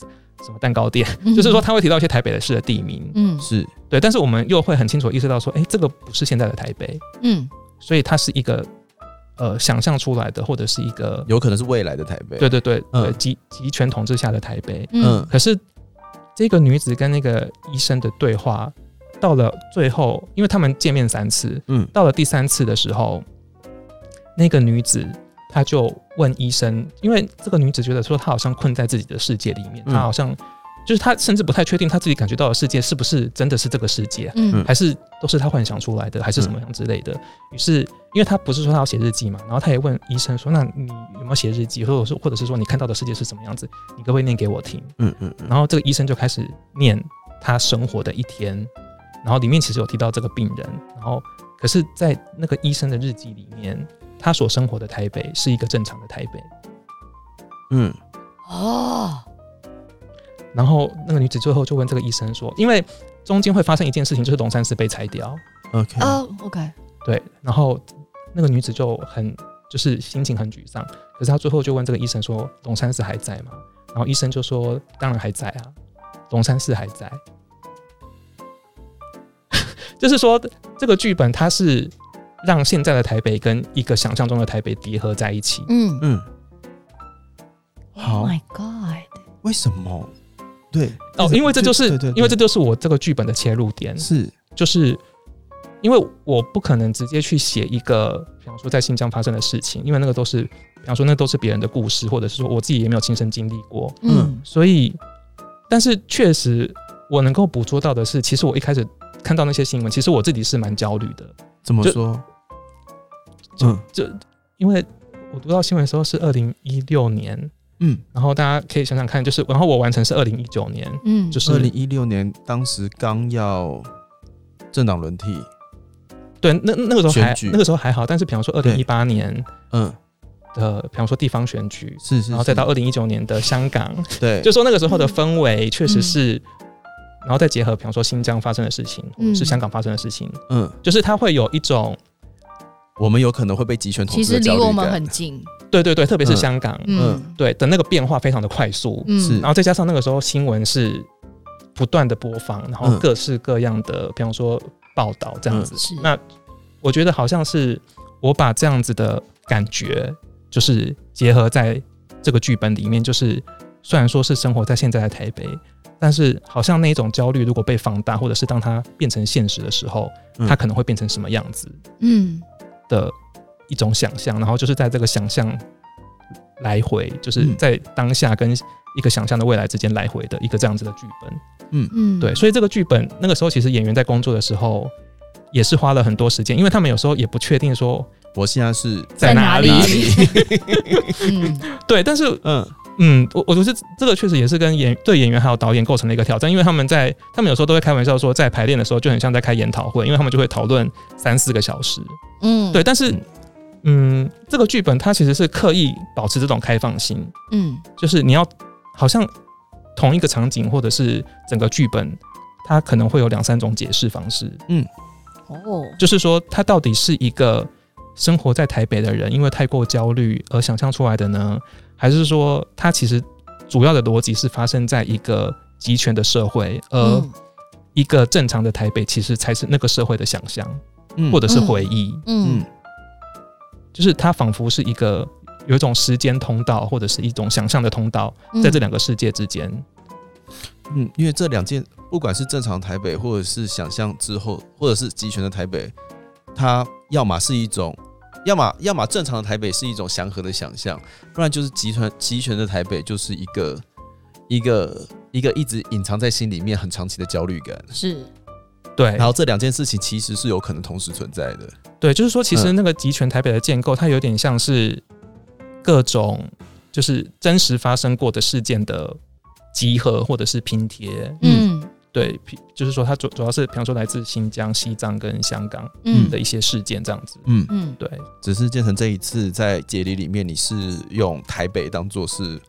什么蛋糕店， 就是说它会提到一些台北的市的地名，
嗯
是
对，但是我们又会很清楚地意识到说，哎，这个不是现在的台北，
嗯
所以它是一个呃想象出来的，或者是一个
有可能是未来的台北，
对对对
嗯
对集集权统治下的台北，
嗯
可是这个女子跟那个医生的对话，到了最后，因为他们见面三次，
嗯
到了第三次的时候，那个女子她就问医生，因为这个女子觉得说她好像困在自己的世界里面，
嗯
她好像就是她甚至不太确定她自己感觉到的世界是不是真的是这个世界，
嗯
还是都是她幻想出来的，还是什么样之类
嗯
的。于是，因为她不是说她要写日记嘛，然后她也问医生说：“那你有没有写日记，或者是或者是说你看到的世界是什么样子？你可不可以念给我听？”
嗯嗯嗯
然后这个医生就开始念他生活的一天，然后里面其实有提到这个病人，然后可是，在那个医生的日记里面，他所生活的台北是一个正常的台北，
嗯，
哦，
然后那个女子最后就问这个医生说，因为中间会发生一件事情，就是龙山寺被拆掉，
，OK，
哦，OK，
对，然后那个女子就很就是心情很沮丧，可是她最后就问这个医生说，龙山寺还在吗？然后医生就说，当然还在啊，龙山寺还在， 就是说这个剧本它是让现在的台北跟一个想象中的台北叠合在一起。
嗯
嗯，
，Oh
好，
my God，
为什么？对，
哦，因为这就是
嗯对对对
因为这就是我这个剧本的切入点，
是
就是因为我不可能直接去写一个，比方说在新疆发生的事情，因为那个都是，比方说那都是别人的故事，或者是说我自己也没有亲身经历过，
嗯
嗯
所以，但是确实我能够捕捉到的是，其实我一开始看到那些新闻，其实我自己是蛮焦虑的，
怎么
就
说？嗯
因为我读到新闻的时候是二零一六年，
嗯，
然后大家可以想想看，就是然后我完成是二零一九年，
嗯，
就是
二零一六年当时刚要政党轮替，
对那那个时候
选
还
举
那个时候还好，但是比方说二零一八年
嗯，
的，比方说地方选举。
是是是，
然后再到二零一九年的香港，
对，
就说那个时候的
嗯
氛围确实是，然后再结合比方说新疆发生的事情，或者是
嗯
香港发生的事情，
嗯，
就是它会有一种
我们有可能会被集权统
其
治的
实离
焦虑
我们
感
很近，
对对对，特别是
嗯
香港，
嗯
对的那个变化非常的快速，
嗯，
是
然后再加上那个时候新闻是不断的播放，然后
嗯
各式各样的，比方说报道这样子，
嗯是
那我觉得好像是我把这样子的感觉，就是结合在这个剧本里面，就是虽然说是生活在现在的台北，但是好像那一种焦虑如果被放大，或者是当它变成现实的时候，
嗯
它可能会变成什么样子
嗯
的一种想象，然后就是在这个想象来回，就是
嗯
在当下跟一个想象的未来之间来回的一个这样子的剧本。
嗯
嗯，
对，所以这个剧本那个时候其实演员在工作的时候也是花了很多时间，因为他们有时候也不确定说
我现在是
在哪里。
嗯
对，但是
嗯
嗯，我我觉得这个确实也是跟演对演员还有导演构成了一个挑战，因为他们在他们有时候都会开玩笑说，在排练的时候就很像在开研讨会，因为他们就会讨论三四个小时。
嗯，
对，，但是嗯，这个剧本它其实是刻意保持这种开放性，
嗯
就是你要好像同一个场景或者是整个剧本，它可能会有两三种解释方式。
哦，
就是说，他到底是一个生活在台北的人，因为太过焦虑而想象出来的呢，还是说他其实主要的逻辑是发生在一个集权的社会，而
嗯
一个正常的台北其实才是那个社会的想象
嗯，
或者是回忆，
嗯
嗯
就是它仿佛是一个有一种时间通道或者是一种想象的通道，
嗯
在这两个世界之间。
嗯，因为这两件，不管是正常台北，或者是想象之后，或者是集权的台北，它要么是一种，要么要么正常的台北是一种祥和的想象，不然就是集团集权的台北就是一个一个一个一直隐藏在心里面很长期的焦虑感。
是
对，
然后这两件事情其实是有可能同时存在的。
对，就是说，其实
嗯
那个集权台北的建构，它有点像是各种就是真实发生过的事件的集合或者是拼贴。
嗯
对，比就是说它主主要是，比方说来自新疆、西藏跟香港
嗯
的一些事件这样子。
嗯，
嗯
对，
只是建成这一次在解离里面，你是用台北当做是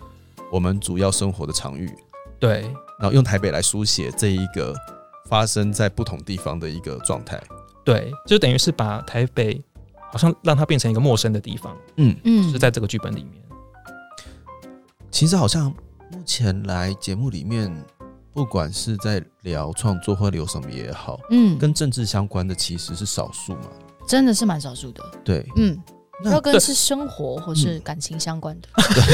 我们主要生活的场域，
对，
然后用台北来书写这一个发生在不同地方的一个状态。
对，就等于是把台北好像让它变成一个陌生的地方，
嗯，
嗯
就是在这个剧本里面。
其实好像目前来节目里面，不管是在聊创作或聊什么也好，
嗯
跟政治相关的其实是少数嘛。
真的是蛮少数的，
对，
嗯，
那
要跟
对
是生活或是感情相关的，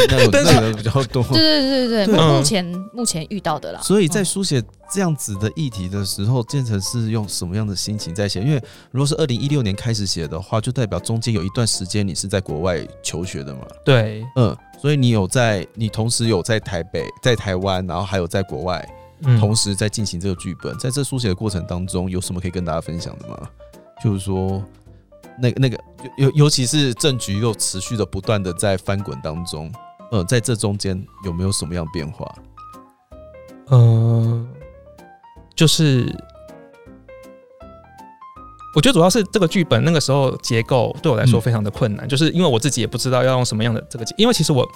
那种
但是
那个比较多。
对对对
对
对对，
嗯
目前目前遇到的啦，嗯
所以在书写这样子的议题的时候，建成是用什么样的心情在写？因为如果是二零一六年开始写的话，就代表中间有一段时间你是在国外求学的嘛，
对，
嗯，所以你有在，你同时有在台北、在台湾，然后还有在国外，
嗯
同时在进行这个剧本。在这书写的过程当中，有什么可以跟大家分享的吗？就是说，那个那个尤尤尤其是政局又持续的不断的在翻滚当中，嗯，在这中间有没有什么样的变化？
呃，就是我觉得主要是这个剧本那个时候结构对我来
嗯
说非常的困难，就是因为我自己也不知道要用什么样的这个结，因为其实我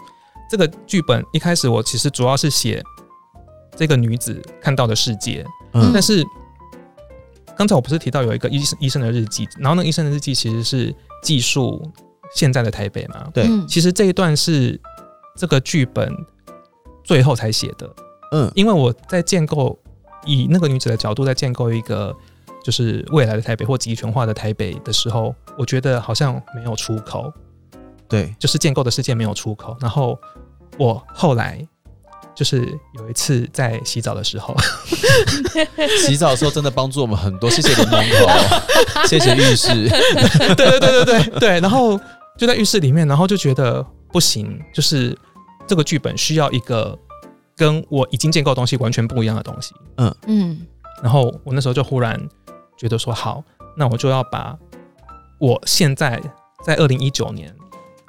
这个剧本一开始我其实主要是写这个女子看到的世界，
嗯
但是刚才我不是提到有一个医生医生的日记，然后那个医生的日记其实是记述现在的台北嘛，
对
嗯
其实这一段是这个剧本最后才写的，
嗯
因为我在建构以那个女子的角度在建构一个就是未来的台北或集权化的台北的时候，我觉得好像没有出口，
对，
就是建构的世界没有出口。然后我后来就是有一次在洗澡的时候，
洗澡的时候真的帮助我们很多，谢谢柠檬头，谢谢浴室，
对对对对对对，然后就在浴室里面，然后就觉得不行，就是这个剧本需要一个跟我已经建构的东西完全不一样的东西。
嗯，
然后我那时候就忽然觉得说，好，那我就要把我现在在二零一九年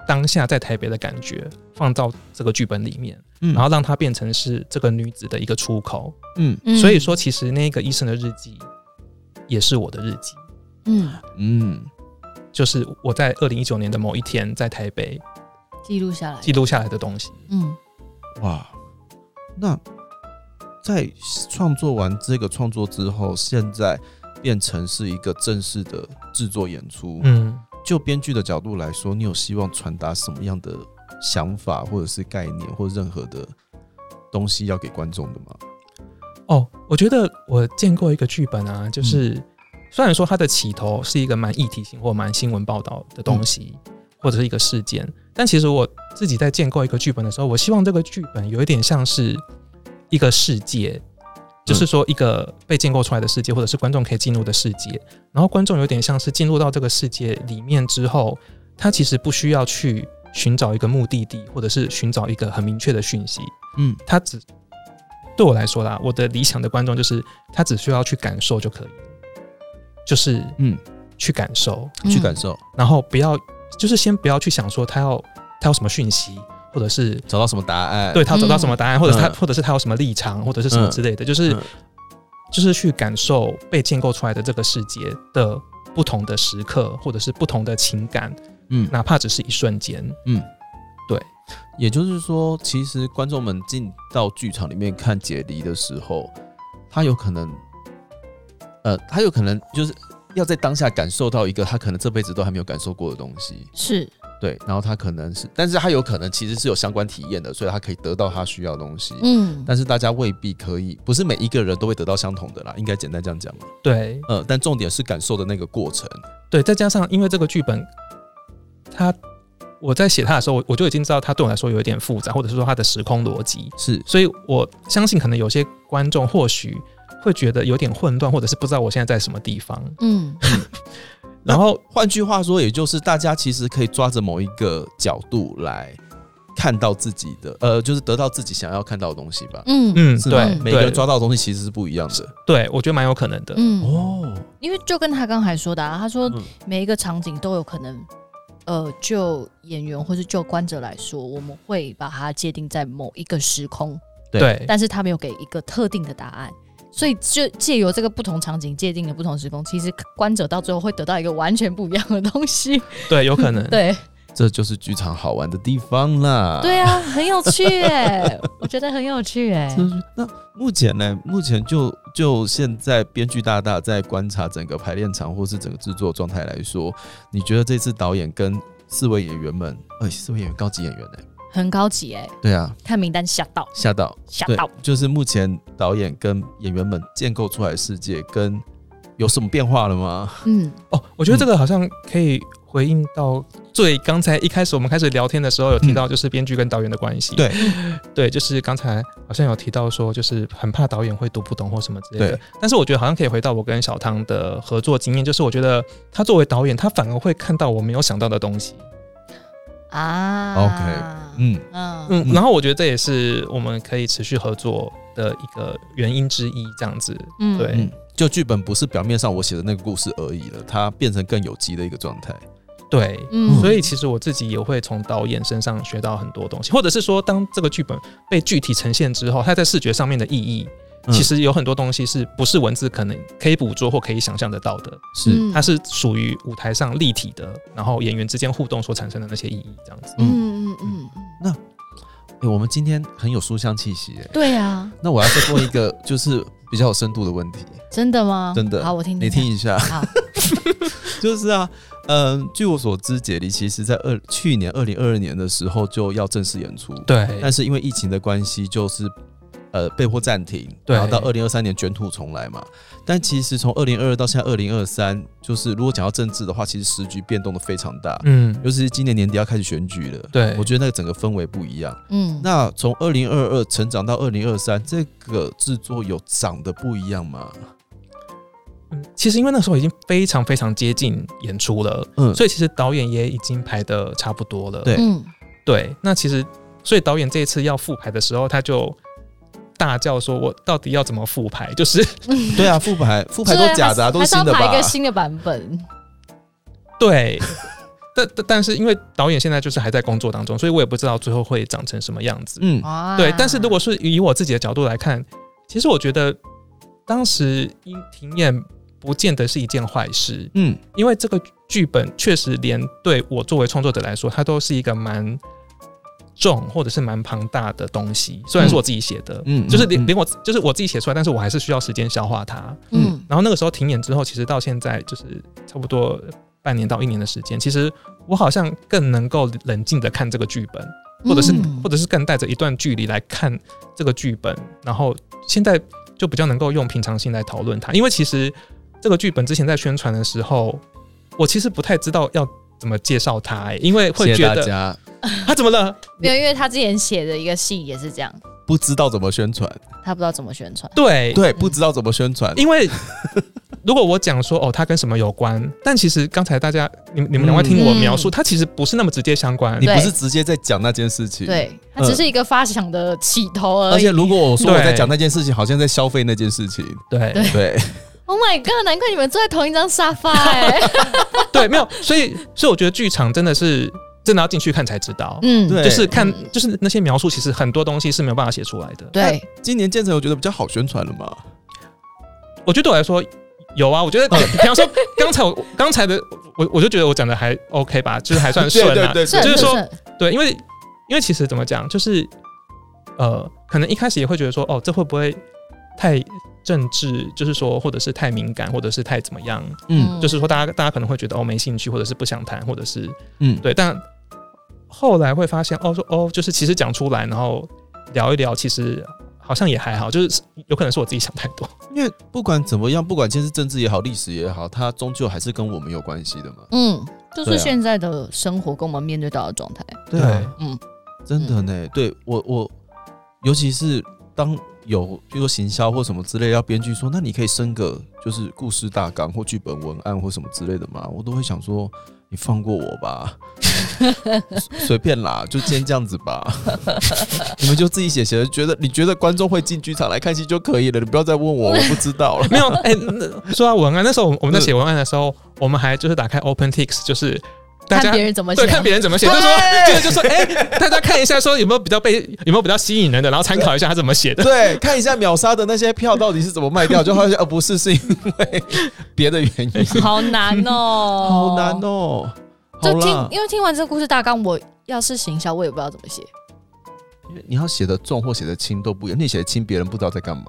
当下在台北的感觉放到这个剧本里面，
嗯
然后让它变成是这个女子的一个出口。
嗯
嗯
所以说，，其实那个医生的日记也是我的日记，
嗯，
嗯，
就是我在二零一九年的某一天在台北
记录下来，
记录下来的东西。
嗯
哇，那在创作完这个创作之后，现在变成是一个正式的制作演出，
嗯，
就编剧的角度来说，你有希望传达什么样的想法，或者是概念，或者任何的东西要给观众的吗？
哦，我觉得我见过一个剧本啊，就是、虽然说它的起头是一个蛮议题性或蛮新闻报道的东西，或者是一个事件，但其实我自己在建构一个剧本的时候，我希望这个剧本有一点像是一个世界。就是说，一个被建构出来的世界，或者是观众可以进入的世界，然后观众有点像是进入到这个世界里面之后，他其实不需要去寻找一个目的地，或者是寻找一个很明确的讯息，
嗯
他只对我来说啦，我的理想的观众就是他只需要去感受就可以，就是
嗯，
去感受，
去
嗯
感受，
然后不要就是先不要去想说他要他有什么讯息，或者是
找到什么答案？
对他找到什么答案，或者是他
嗯
或者是他有什么立场，或者是什么之类的，就是
嗯
就是去感受被建构出来的这个世界的不同的时刻，或者是不同的情感，
嗯，
哪怕只是一瞬间。
也就是说，其实观众们进到剧场里面看解离的时候，他有可能，呃，他有可能就是要在当下感受到一个他可能这辈子都还没有感受过的东西，
是，
对，然后他可能是，但是他有可能其实是有相关体验的，所以他可以得到他需要的东西。
嗯，
但是大家未必可以，不是每一个人都会得到相同的啦，应该简单这样讲嘛。
对
呃，但重点是感受的那个过程。
对，再加上因为这个剧本，它我在写它的时候，我我就已经知道它对我来说有一点复杂，或者是说它的时空逻辑，
是，
所以我相信可能有些观众或许会觉得有点混乱，或者是不知道我现在在什么地方。
嗯
然后
换句话说，也就是大家其实可以抓着某一个角度来看到自己的，呃，就是得到自己想要看到的东西吧。
嗯
嗯，
是吗
对，
每个人
对
抓到的东西其实是不一样的。
对，我觉得蛮有可能的。
嗯，
哦，
因为就跟他刚才说的、啊，他说
嗯
每一个场景都有可能，呃，就演员或是就观者来说，我们会把它界定在某一个时空，
对
对，
但是他没有给一个特定的答案，所以就借由这个不同场景界定的不同时空，其实观者到最后会得到一个完全不一样的东西。
对，有可能。
对
这就是剧场好玩的地方啦。
对啊，很有趣哎、我觉得很有趣哎、
就是那目前呢？目前就就现在编剧大大在观察整个排练场或是整个制作状态来说，你觉得这次导演跟四位演员们，哎、四位演员高级演员呢、
很高级哎、
对啊，
看名单吓到
吓到，
吓
对
到。，
就是目前导演跟演员们建构出来的世界跟有什么变化了吗？
嗯，
哦，我觉得这个好像可以回应到最刚才一开始我们开始聊天的时候有提到，就是编剧跟导演的关系。
对，
对，就是刚才好像有提到说，就是很怕导演会读不懂或什么之类的
对。
但是我觉得好像可以回到我跟小汤的合作经验，就是我觉得他作为导演，他反而会看到我没有想到的东西。
啊
OK，嗯
嗯
嗯，
嗯
然后我觉得这也是我们可以持续合作的一个原因之一，这样子。
嗯
对
嗯，就剧本不是表面上我写的那个故事而已了，它变成更有机的一个状态。
对，
嗯
所以其实我自己也会从导演身上学到很多东西，或者是说，当这个剧本被具体呈现之后，它在视觉上面的意义，
嗯
其实有很多东西是不是文字可能可以捕捉或可以想象得到的，
是，
它是属于舞台上立体的，然后演员之间互动所产生的那些意义，这样子。
嗯，
嗯嗯嗯嗯，
哎我们今天很有书香气息耶。
对啊，
那我要再问一个就是比较有深度的问题，
真的吗？
真的
好，我听
你听一下。
好，
就是啊，嗯，据我所知，解离其实在二去年二零二二年的时候就要正式演出，
对，
但是因为疫情的关系，就是呃被迫暂停，
对
然后到二零二三年卷土重来嘛。但其实从二零二二到现在二零二三，就是如果讲到政治的话，其实时局变动的非常大，
嗯，
尤其是今年年底要开始选举了，
对
我觉得那个整个氛围不一样。
嗯，
那从二零二二成长到二零二三，这个制作有长得不一样吗？
嗯其实因为那时候已经非常非常接近演出了，
嗯，
所以其实导演也已经排的差不多了。
对
嗯
对，那其实所以导演这一次要复排的时候，他就大叫说：“我到底要怎么复排？”就是
以对啊，复 牌复牌都假的、啊，都
还
是
是要
新的
排
吧
一？个新的版本，
对，但但但是因为导演现在就是还在工作当中，所以我也不知道最后会长成什么样子。
嗯，
哇
对，但是如果是以我自己的角度来看，其实我觉得当时因停演不见得是一件坏事，
嗯，
因为这个剧本确实连对我作为创作者来说，它都是一个蛮重或者是蛮庞大的东西。虽然是我自己写的，
嗯嗯
就是
嗯
连连我就是我自己写出来，但是我还是需要时间消化它。
嗯
然后那个时候停演之后，其实到现在就是差不多半年到一年的时间，其实我好像更能够冷静的看这个剧本，或者是、
嗯
或者是更带着一段距离来看这个剧本，然后现在就比较能够用平常心来讨论它，因为其实这个剧本之前在宣传的时候，我其实不太知道要怎么介绍它、欸因为会
谢谢
觉
大
得
家。
他怎么了？
没有，因为他之前写的一个戏也是这样，
不知道怎么宣传，
他不知道怎么宣传，
对，
对，不知道怎么宣传，
因为如果我讲说哦，它跟什么有关，但其实刚才大家你你们两位听我描述，
嗯
它其实不是那么直接相关
你。不
对
是直接在讲那件事情。，
对他只是一个发想的起头而
而
已。
且如果我说我在
对
讲那件事情，好像在消费那件事情。
对
对
对，
Oh my god！难怪你们坐在同一张沙发哎、
对，没有，所以所以我觉得剧场真的是真的要进去看才知道，
嗯，
对
就是看
嗯
就是那些描述，其实很多东西是没有办法写出来的。
对，
今年建成我觉得比较好宣传了嘛。
我觉得对我来说有啊，我 觉得比方说刚才我刚才的我我就觉得我讲的还 OK 吧， 就是还算顺 啊。
对对
是
对
就
对，
是说
是
对，因为因为其实怎么讲，就是呃，可能一开始也会觉得说，哦，这会不会太政治？就是说，或者是太敏感，或者是太怎么样？
嗯
就是说，大家大家可能会觉得哦没兴趣，或者是不想谈，或者是
嗯，
对。但后来会发现，哦说哦，就是其实讲出来，然后聊一聊，其实好像也还好，就是有可能是我自己想太多。
因为不管怎么样，不管今天是政治也好，历史也好，它终究还是跟我们有关系的嘛。
嗯，就
对
是
啊
现在的生活跟我们面对到的状态，
啊，
嗯
真的呢。对我我，尤其是当有比如说行销或什么之类，要编剧说，那你可以生个就是故事大纲或剧本文案或什么之类的嘛，我都会想说，你放过我吧，随 随便啦，就先这样子吧。 你们就自己写写，觉得你觉得观众会进剧场来看戏就可以了，你不要再问我，我不知道了。
没有，哎、那说到文案，那时候我们我们在写文案的时候，我们还就是打开 OpenTix，就是大
看
家
别人怎么写
对，，看别人怎么写，就说就是就说，哎、大家看一下，说有没有比较被有没有比较吸引人的，然后参考一下他怎么写的。
对，看一下秒杀的那些票到底是怎么卖掉，就好像呃不是，是因为 别的原因，
好难哦，
好难。哦。好
就听
啦，，
因为听完这个故事大纲，我要是行销，我也不知道怎么写。
因为你要写的重或写的轻都不一样，你写的轻别人不知道在干嘛。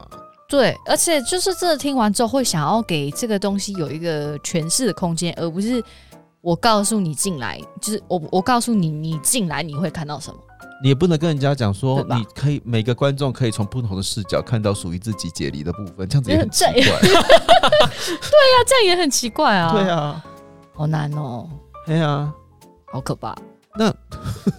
对，而且就是真的听完之后，会想要给这个东西有一个诠释的空间，而不是我告诉你进来，就是我我告诉你，你进来你会看到什么。
你也不能跟人家讲说
对，吧
你可以每个观众可以从不同的视角看到属于自己解离的部分，这样子也很奇怪。
那啊这样也很奇怪啊，
对，啊，
好难哦，
对啊。
好可怕。
那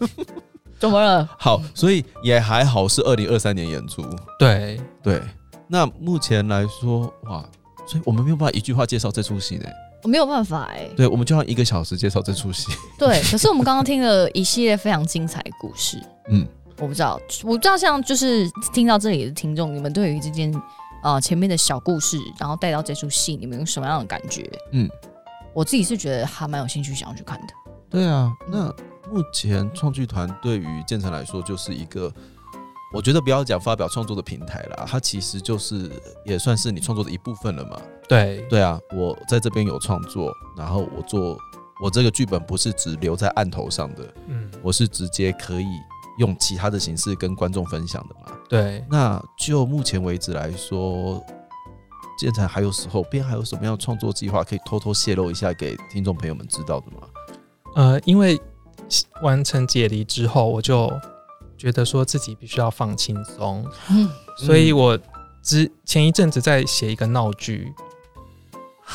怎么了？
好，所以也还好是二零二三年演出。
对，
对，那目前来说，哇，所以我们没有办法一句话介绍这出戏呢。
我没有办法哎、
对，我们就要一个小时介绍这出戏。
对，可是我们刚刚听了一系列非常精彩的故事，
嗯，
我不知道，我不知道像就是听到这里的听众，你们对于这件呃前面的小故事，然后带到这出戏，你们有什么样的感觉？
嗯，
我自己是觉得还蛮有兴趣想要去看的。
对啊，那目前创剧团对于建成来说就是一个，我觉得不要讲发表创作的平台啦，它其实就是也算是你创作的一部分了嘛。
对，
对啊，我在这边有创作，然后我做我这个剧本不是只留在案头上的，
嗯，
我是直接可以用其他的形式跟观众分享的嘛。
对，
那就目前为止来说，建成还有时候边还有什么样的创作计划可以偷偷泄露一下给听众朋友们知道的吗？
呃，因为完成解离之后，我就觉得说自己必须要放轻松，
嗯
所以我之前一阵子在写一个闹剧，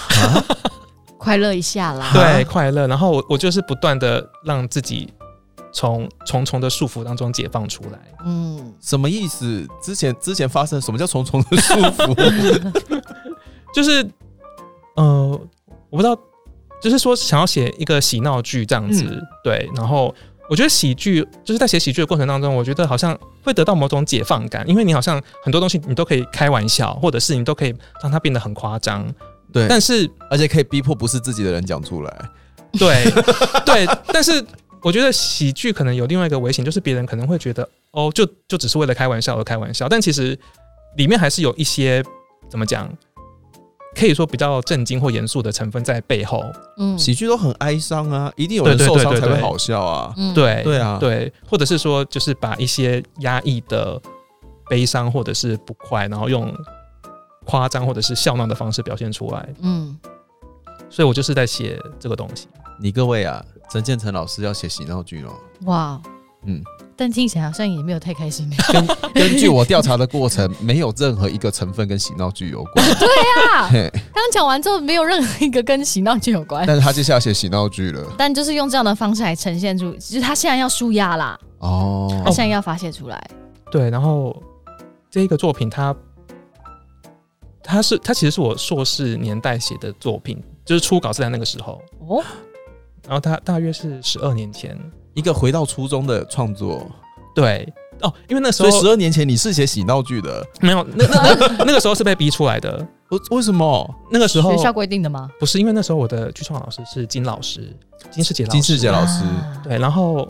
快乐一下啦。
对，快乐。然后我我就是不断的让自己从重重的束缚当中解放出来。
嗯，
什么意思？之前之前发生什么叫重重的束缚？
就是，呃，我不知道，就是说想要写一个喜闹剧这样子，对。然后我觉得喜剧就是在写喜剧的过程当中，我觉得好像会得到某种解放感，因为你好像很多东西你都可以开玩笑，或者是你都可以让它变得很夸张。
对，
但是，
而且可以逼迫不是自己的人讲出来。
对对，但是我觉得喜剧可能有另外一个危险，就是别人可能会觉得哦，就就只是为了开玩笑而开玩笑，但其实里面还是有一些怎么讲。可以说比较震惊或严肃的成分在背后，
嗯
喜剧都很哀伤啊，一定有人
对对
受伤
对对
才
对
会好笑啊。
嗯，
对
对啊
对，或者是说，就是把一些压抑的悲伤或者是不快，然后用夸张或者是笑闹的方式表现出来。
嗯，
所以我就是在写这个东西。
你各位啊，陈建成老师要写喜闹剧了。
哇，
嗯，
但听起来好像也没有太开心的。欸
根据我调查的过程，没有任何一个成分跟喜闹剧有关。
啊，
嘿
刚讲完之后，没有任何一个跟喜闹剧有关。
但是他接下来写喜闹剧了。
但就是用这样的方式来呈现出，就是他现在要舒压啦，
哦
他，现在要发泄出来。
对，然后这个作品它，它是它其实是我硕士年代写的作品，就是初稿是在那个时候，
哦，
然后它大约是十二年前。
一个回到初中的创作，
对哦，因为那时
所
候
以十二年前你是写喜闹剧的，
没有那那那那个时候是被逼出来的。
为为什么？
那个时候
学校规定的吗？
不是因为那时候我的剧创老师是金老师，金世杰老师。
金世杰老师，
啊，
对，然后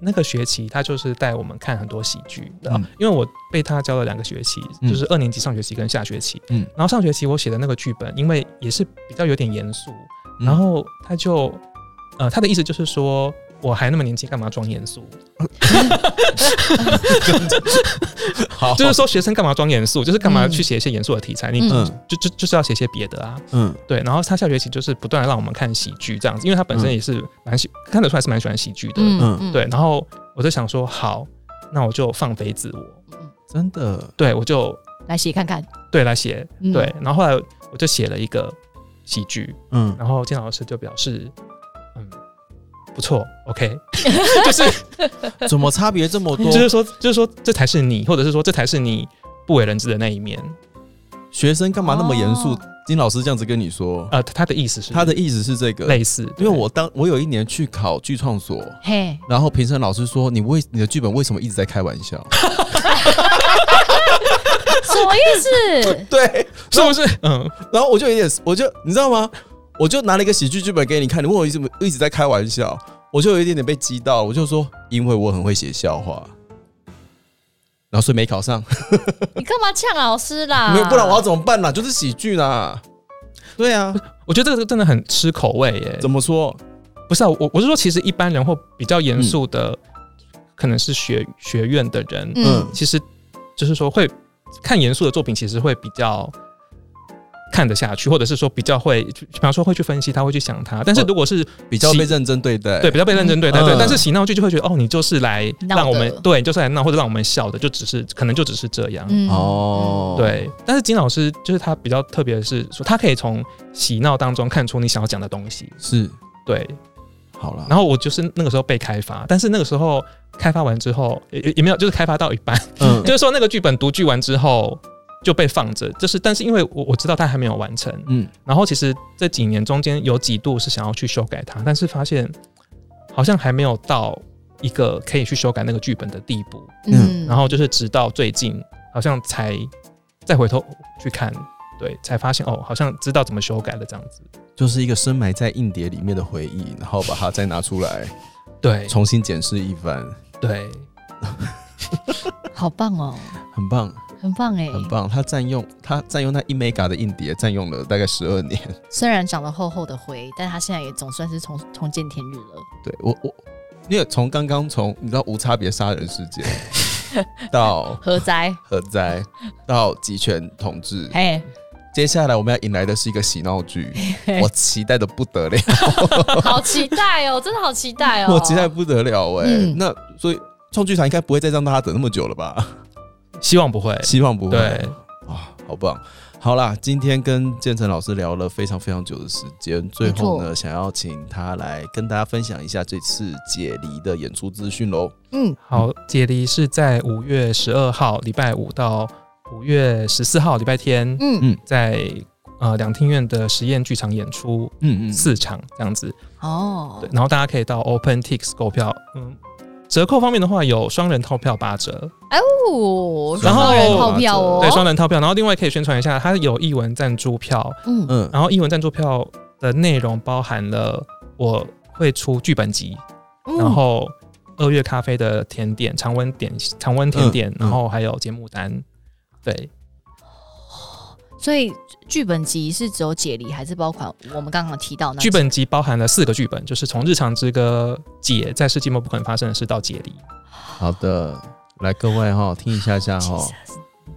那个学期他就是带我们看很多喜剧的，
嗯
因为我被他教了两个学期，
嗯
就是二年级上学期跟下学期。
嗯
然后上学期我写的那个剧本，因为也是比较有点严肃，
嗯
然后他就呃他的意思就是说。我还那么年轻，干嘛装严肃？
哦好，
就是说，学生干嘛装严肃？就是干嘛去写一些严肃的题材？你
嗯
嗯
就就就是要写些别的啊。
嗯，
对，然后他下学期就是不断的让我们看喜剧这样子，因为他本身也是蛮喜，看得出来是蛮喜欢喜剧的。
嗯
嗯
对，，然后我就想说，好，那我就放飞自我，
真的，
对我就
来写看看。
对来写，
嗯
对，，然后后来我就写了一个喜剧，
嗯，
然后建老师就表示，嗯，不错，OK，就是
怎么差别这 么多
就？是说就是说这才是你，或者是说这才是你不为人知的那一面，
学生干嘛那么严肃
哦？
金老师这样子跟你说，
呃，他的意思是
他的意思是这个，
类似，
因
对
为我当我有一年去考剧创所，
嘿，
然后评审老师说你为你的剧本为什么一直在开玩笑？
什么意思？
对，
是不是嗯
然后我就有点，我就你知道吗？我就拿了一个喜剧剧本给你看，你问我为什么一直在开玩笑，我就有一点点被激到，我就说因为我很会写笑话，然后所以没考上，
你干嘛呛老师 啦？
没有不然我要怎么办啦？啊就是喜剧啦。对啊，
我觉得这个真的很吃口味耶，
怎么说？
不是啊，我我是说，其实一般人或比较严肃的，可能是学学院的人，
嗯
嗯
其实就是说会看严肃的作品，其实会比较看得下去，或者是说比较会，比方说会去分析它，会去想它。但是如果是
比较被
喜
认真对待。
对比较被认真对待，对，
嗯
但是喜闹剧就会觉得哦，你就是来
闹的
让我们对，你就是来闹或者让我们笑的，就只是可能就只是这样。
嗯
哦，，
对，但是金老师就是他比较特别的是说，他可以从喜闹当中看出你想要讲的东西。
是
对，
好了。
然后我就是那个时候被开发，但是那个时候开发完之后，也也也没有，就是开发到一半，
嗯
就是说那个剧本读剧完之后就被放着，就是但是因为我我知道它还没有完成，
嗯，
然后其实这几年中间有几度是想要去修改它，但是发现好像还没有到一个可以去修改那个剧本的地步，
嗯
然后就是直到最近好像才再回头去看，对，才发现哦，好像知道怎么修改了这样子，
就是一个深埋在硬碟里面的回忆，然后把它再拿出来，
对
重新检视一番，
对，
好棒哦，
很棒，
很棒哎，
很棒。它占用它占用那一 mega 的硬碟，占用了大概十二年。
虽然长了厚厚的灰，但他现在也总算是重重见天日了。
对我我，因为从刚刚从你知道无差别杀人事 件到
何灾？
核灾到集权统治，
嘿，
接下来我们要迎来的是一个喜闹 剧，我期待的不得了，
好期待哦，真的好期待哦，
我期待。不得了哎、
嗯
那所以创剧团应该不会再让大家等那么久了吧？
希望不会。
希望不会。
对，
哇，好棒！好啦，今天跟建成老师聊了非常非常久的时间，最后
没
呢，想要请他来跟大家分享一下这次解离的演出资讯喽。
嗯，
好，解离是在五月十二号礼拜五到五月十四号礼拜天，
嗯
嗯
在呃两厅院的实验剧场演出
嗯嗯，
四场这样子。
哦，
对，然后大家可以到 OpenTix 购票，嗯。折扣方面的话，有双人套票八折，
哦，
然后
双人套票哦，
对，双人套票。然后另外可以宣传一下，它有译文赞助票，
嗯，
嗯，
然后译文赞助票的内容包含了我会出剧本集，
嗯
然后二月咖啡的甜点、常温点、常温甜点，
嗯
然后还有节目单。对，
所以剧本集是只有解离，还是包括我们刚刚提到那
剧本集包含了四个剧本，就是从《日常之歌》解在世纪末不可能发生的事到解离。
好的，来各位哈，听一下下哈，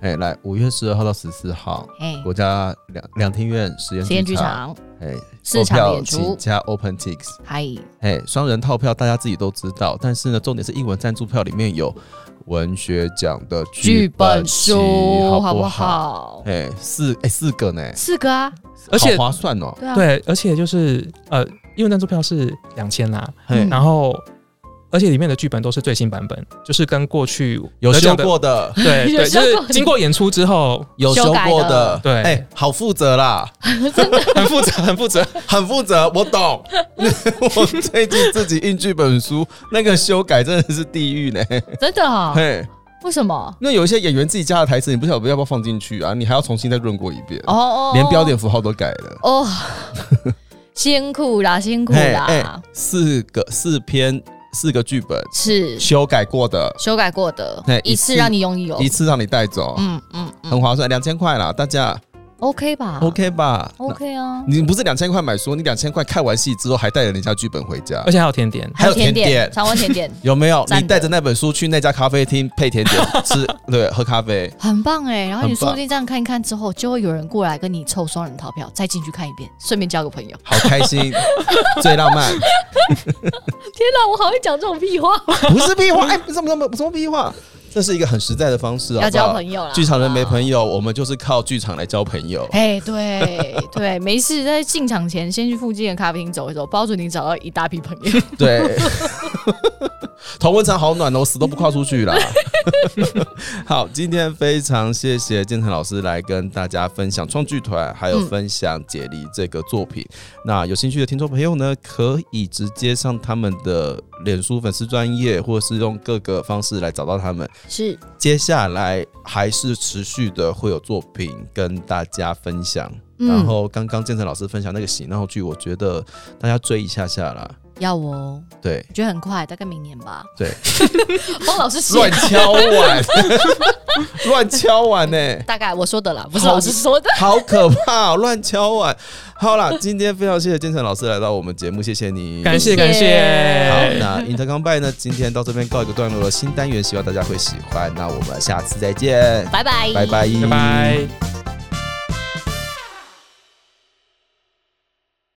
哎，来五月十二号到十四号，
哎，
国家两两厅院实
实验
验
剧，场
哎，
市场
购
的
票
演
请
出，
加 OpenTix，
嗨，
哎，双人套票大家自己都知道，但是呢，重点是英文赞助票里面有文学奖的
剧本
集
书
好
不
好？
好？
哎、四哎、四个呢，
四个啊，
而且
好划算哦。
对啊，
对，而且就是呃，因为赞助票是两千啦，
嘿，
嗯
然后而且里面的剧本都是最新版本，就是跟过去
有
得
修
奖的，
过的，
对
有
对，
修
就
过
是经过演出之后，
有修过
修改的
对
哎、好负责啦，
很负责，很负责。
很负责，我懂。我最近自己印剧本书，那个修改真的是地狱呢。
真的啊？
嘿，
为什么？哦
那有一些演员自己加的台词，你不晓得要不要放进去啊？你还要重新再润过一遍，
哦哦，
连标点符号都改了。
哦， 辛苦啦，辛苦
嘿，哎
啦，
四个四篇四个剧本
是
修改过的，
修改过的
嘿，
一
一
次
次
让你拥有
一，次让你带走，
嗯嗯
很
嗯
划算，两千块啦，大家
，OK 吧
OK 吧？
啊 OK 啊
那，你不是两千块买书，你两千块看完戏之后还带了人家剧本回家
而，且还有甜点，
还有甜
甜点，
点
常温甜点，
有没有？
哎赞的
你带着那本书去那家咖啡厅配甜点 吃，对，喝咖啡。
很棒哎、然后你
很棒
说不定这样看一看之后，就会有人过来跟你凑双人套票，再进去看一遍，顺便交个朋友。
好开 心，最浪漫，
天哪，我好会讲这种屁话！
不是屁话，哎、不是什么什么什么屁话，这是一个很实在的方式，
要
好不
交
好？
朋友啊啦，
剧场人没
友。
朋友，我们就是靠剧场来交朋友。
哎、对对，没事，在进场前先去附近的咖啡厅走一走，包准你找到一大批朋友。
对，同温层好暖哦，我死都不跨出去啦。好，今天非常谢谢建成老师来跟大家分享创剧团，还有
嗯
分享解离这个作品。那有兴趣的听众朋友呢，可以直接上他们的脸书粉丝专业，或是用各个方式来找到他们。
是，
接下来还是持续的会有作品跟大家分享。
嗯
然后刚刚建成老师分享那个喜闹剧，我觉得大家追一下下啦。
要我，
对，
我觉得很快，大概明年吧。
对，
汪老师写
乱敲碗， 乱敲碗呢、
大概我说的啦，不是老师说的。
好可怕、哦，乱敲碗。好啦，今天非常谢谢建成老师来到我们节目，谢谢你，
感谢感
谢谢
谢，
好，那 Intercom by 呢，今天到这边告一个段落了，新单元希望大家会喜欢，那我们下次再见，
拜拜，
拜拜，
拜拜。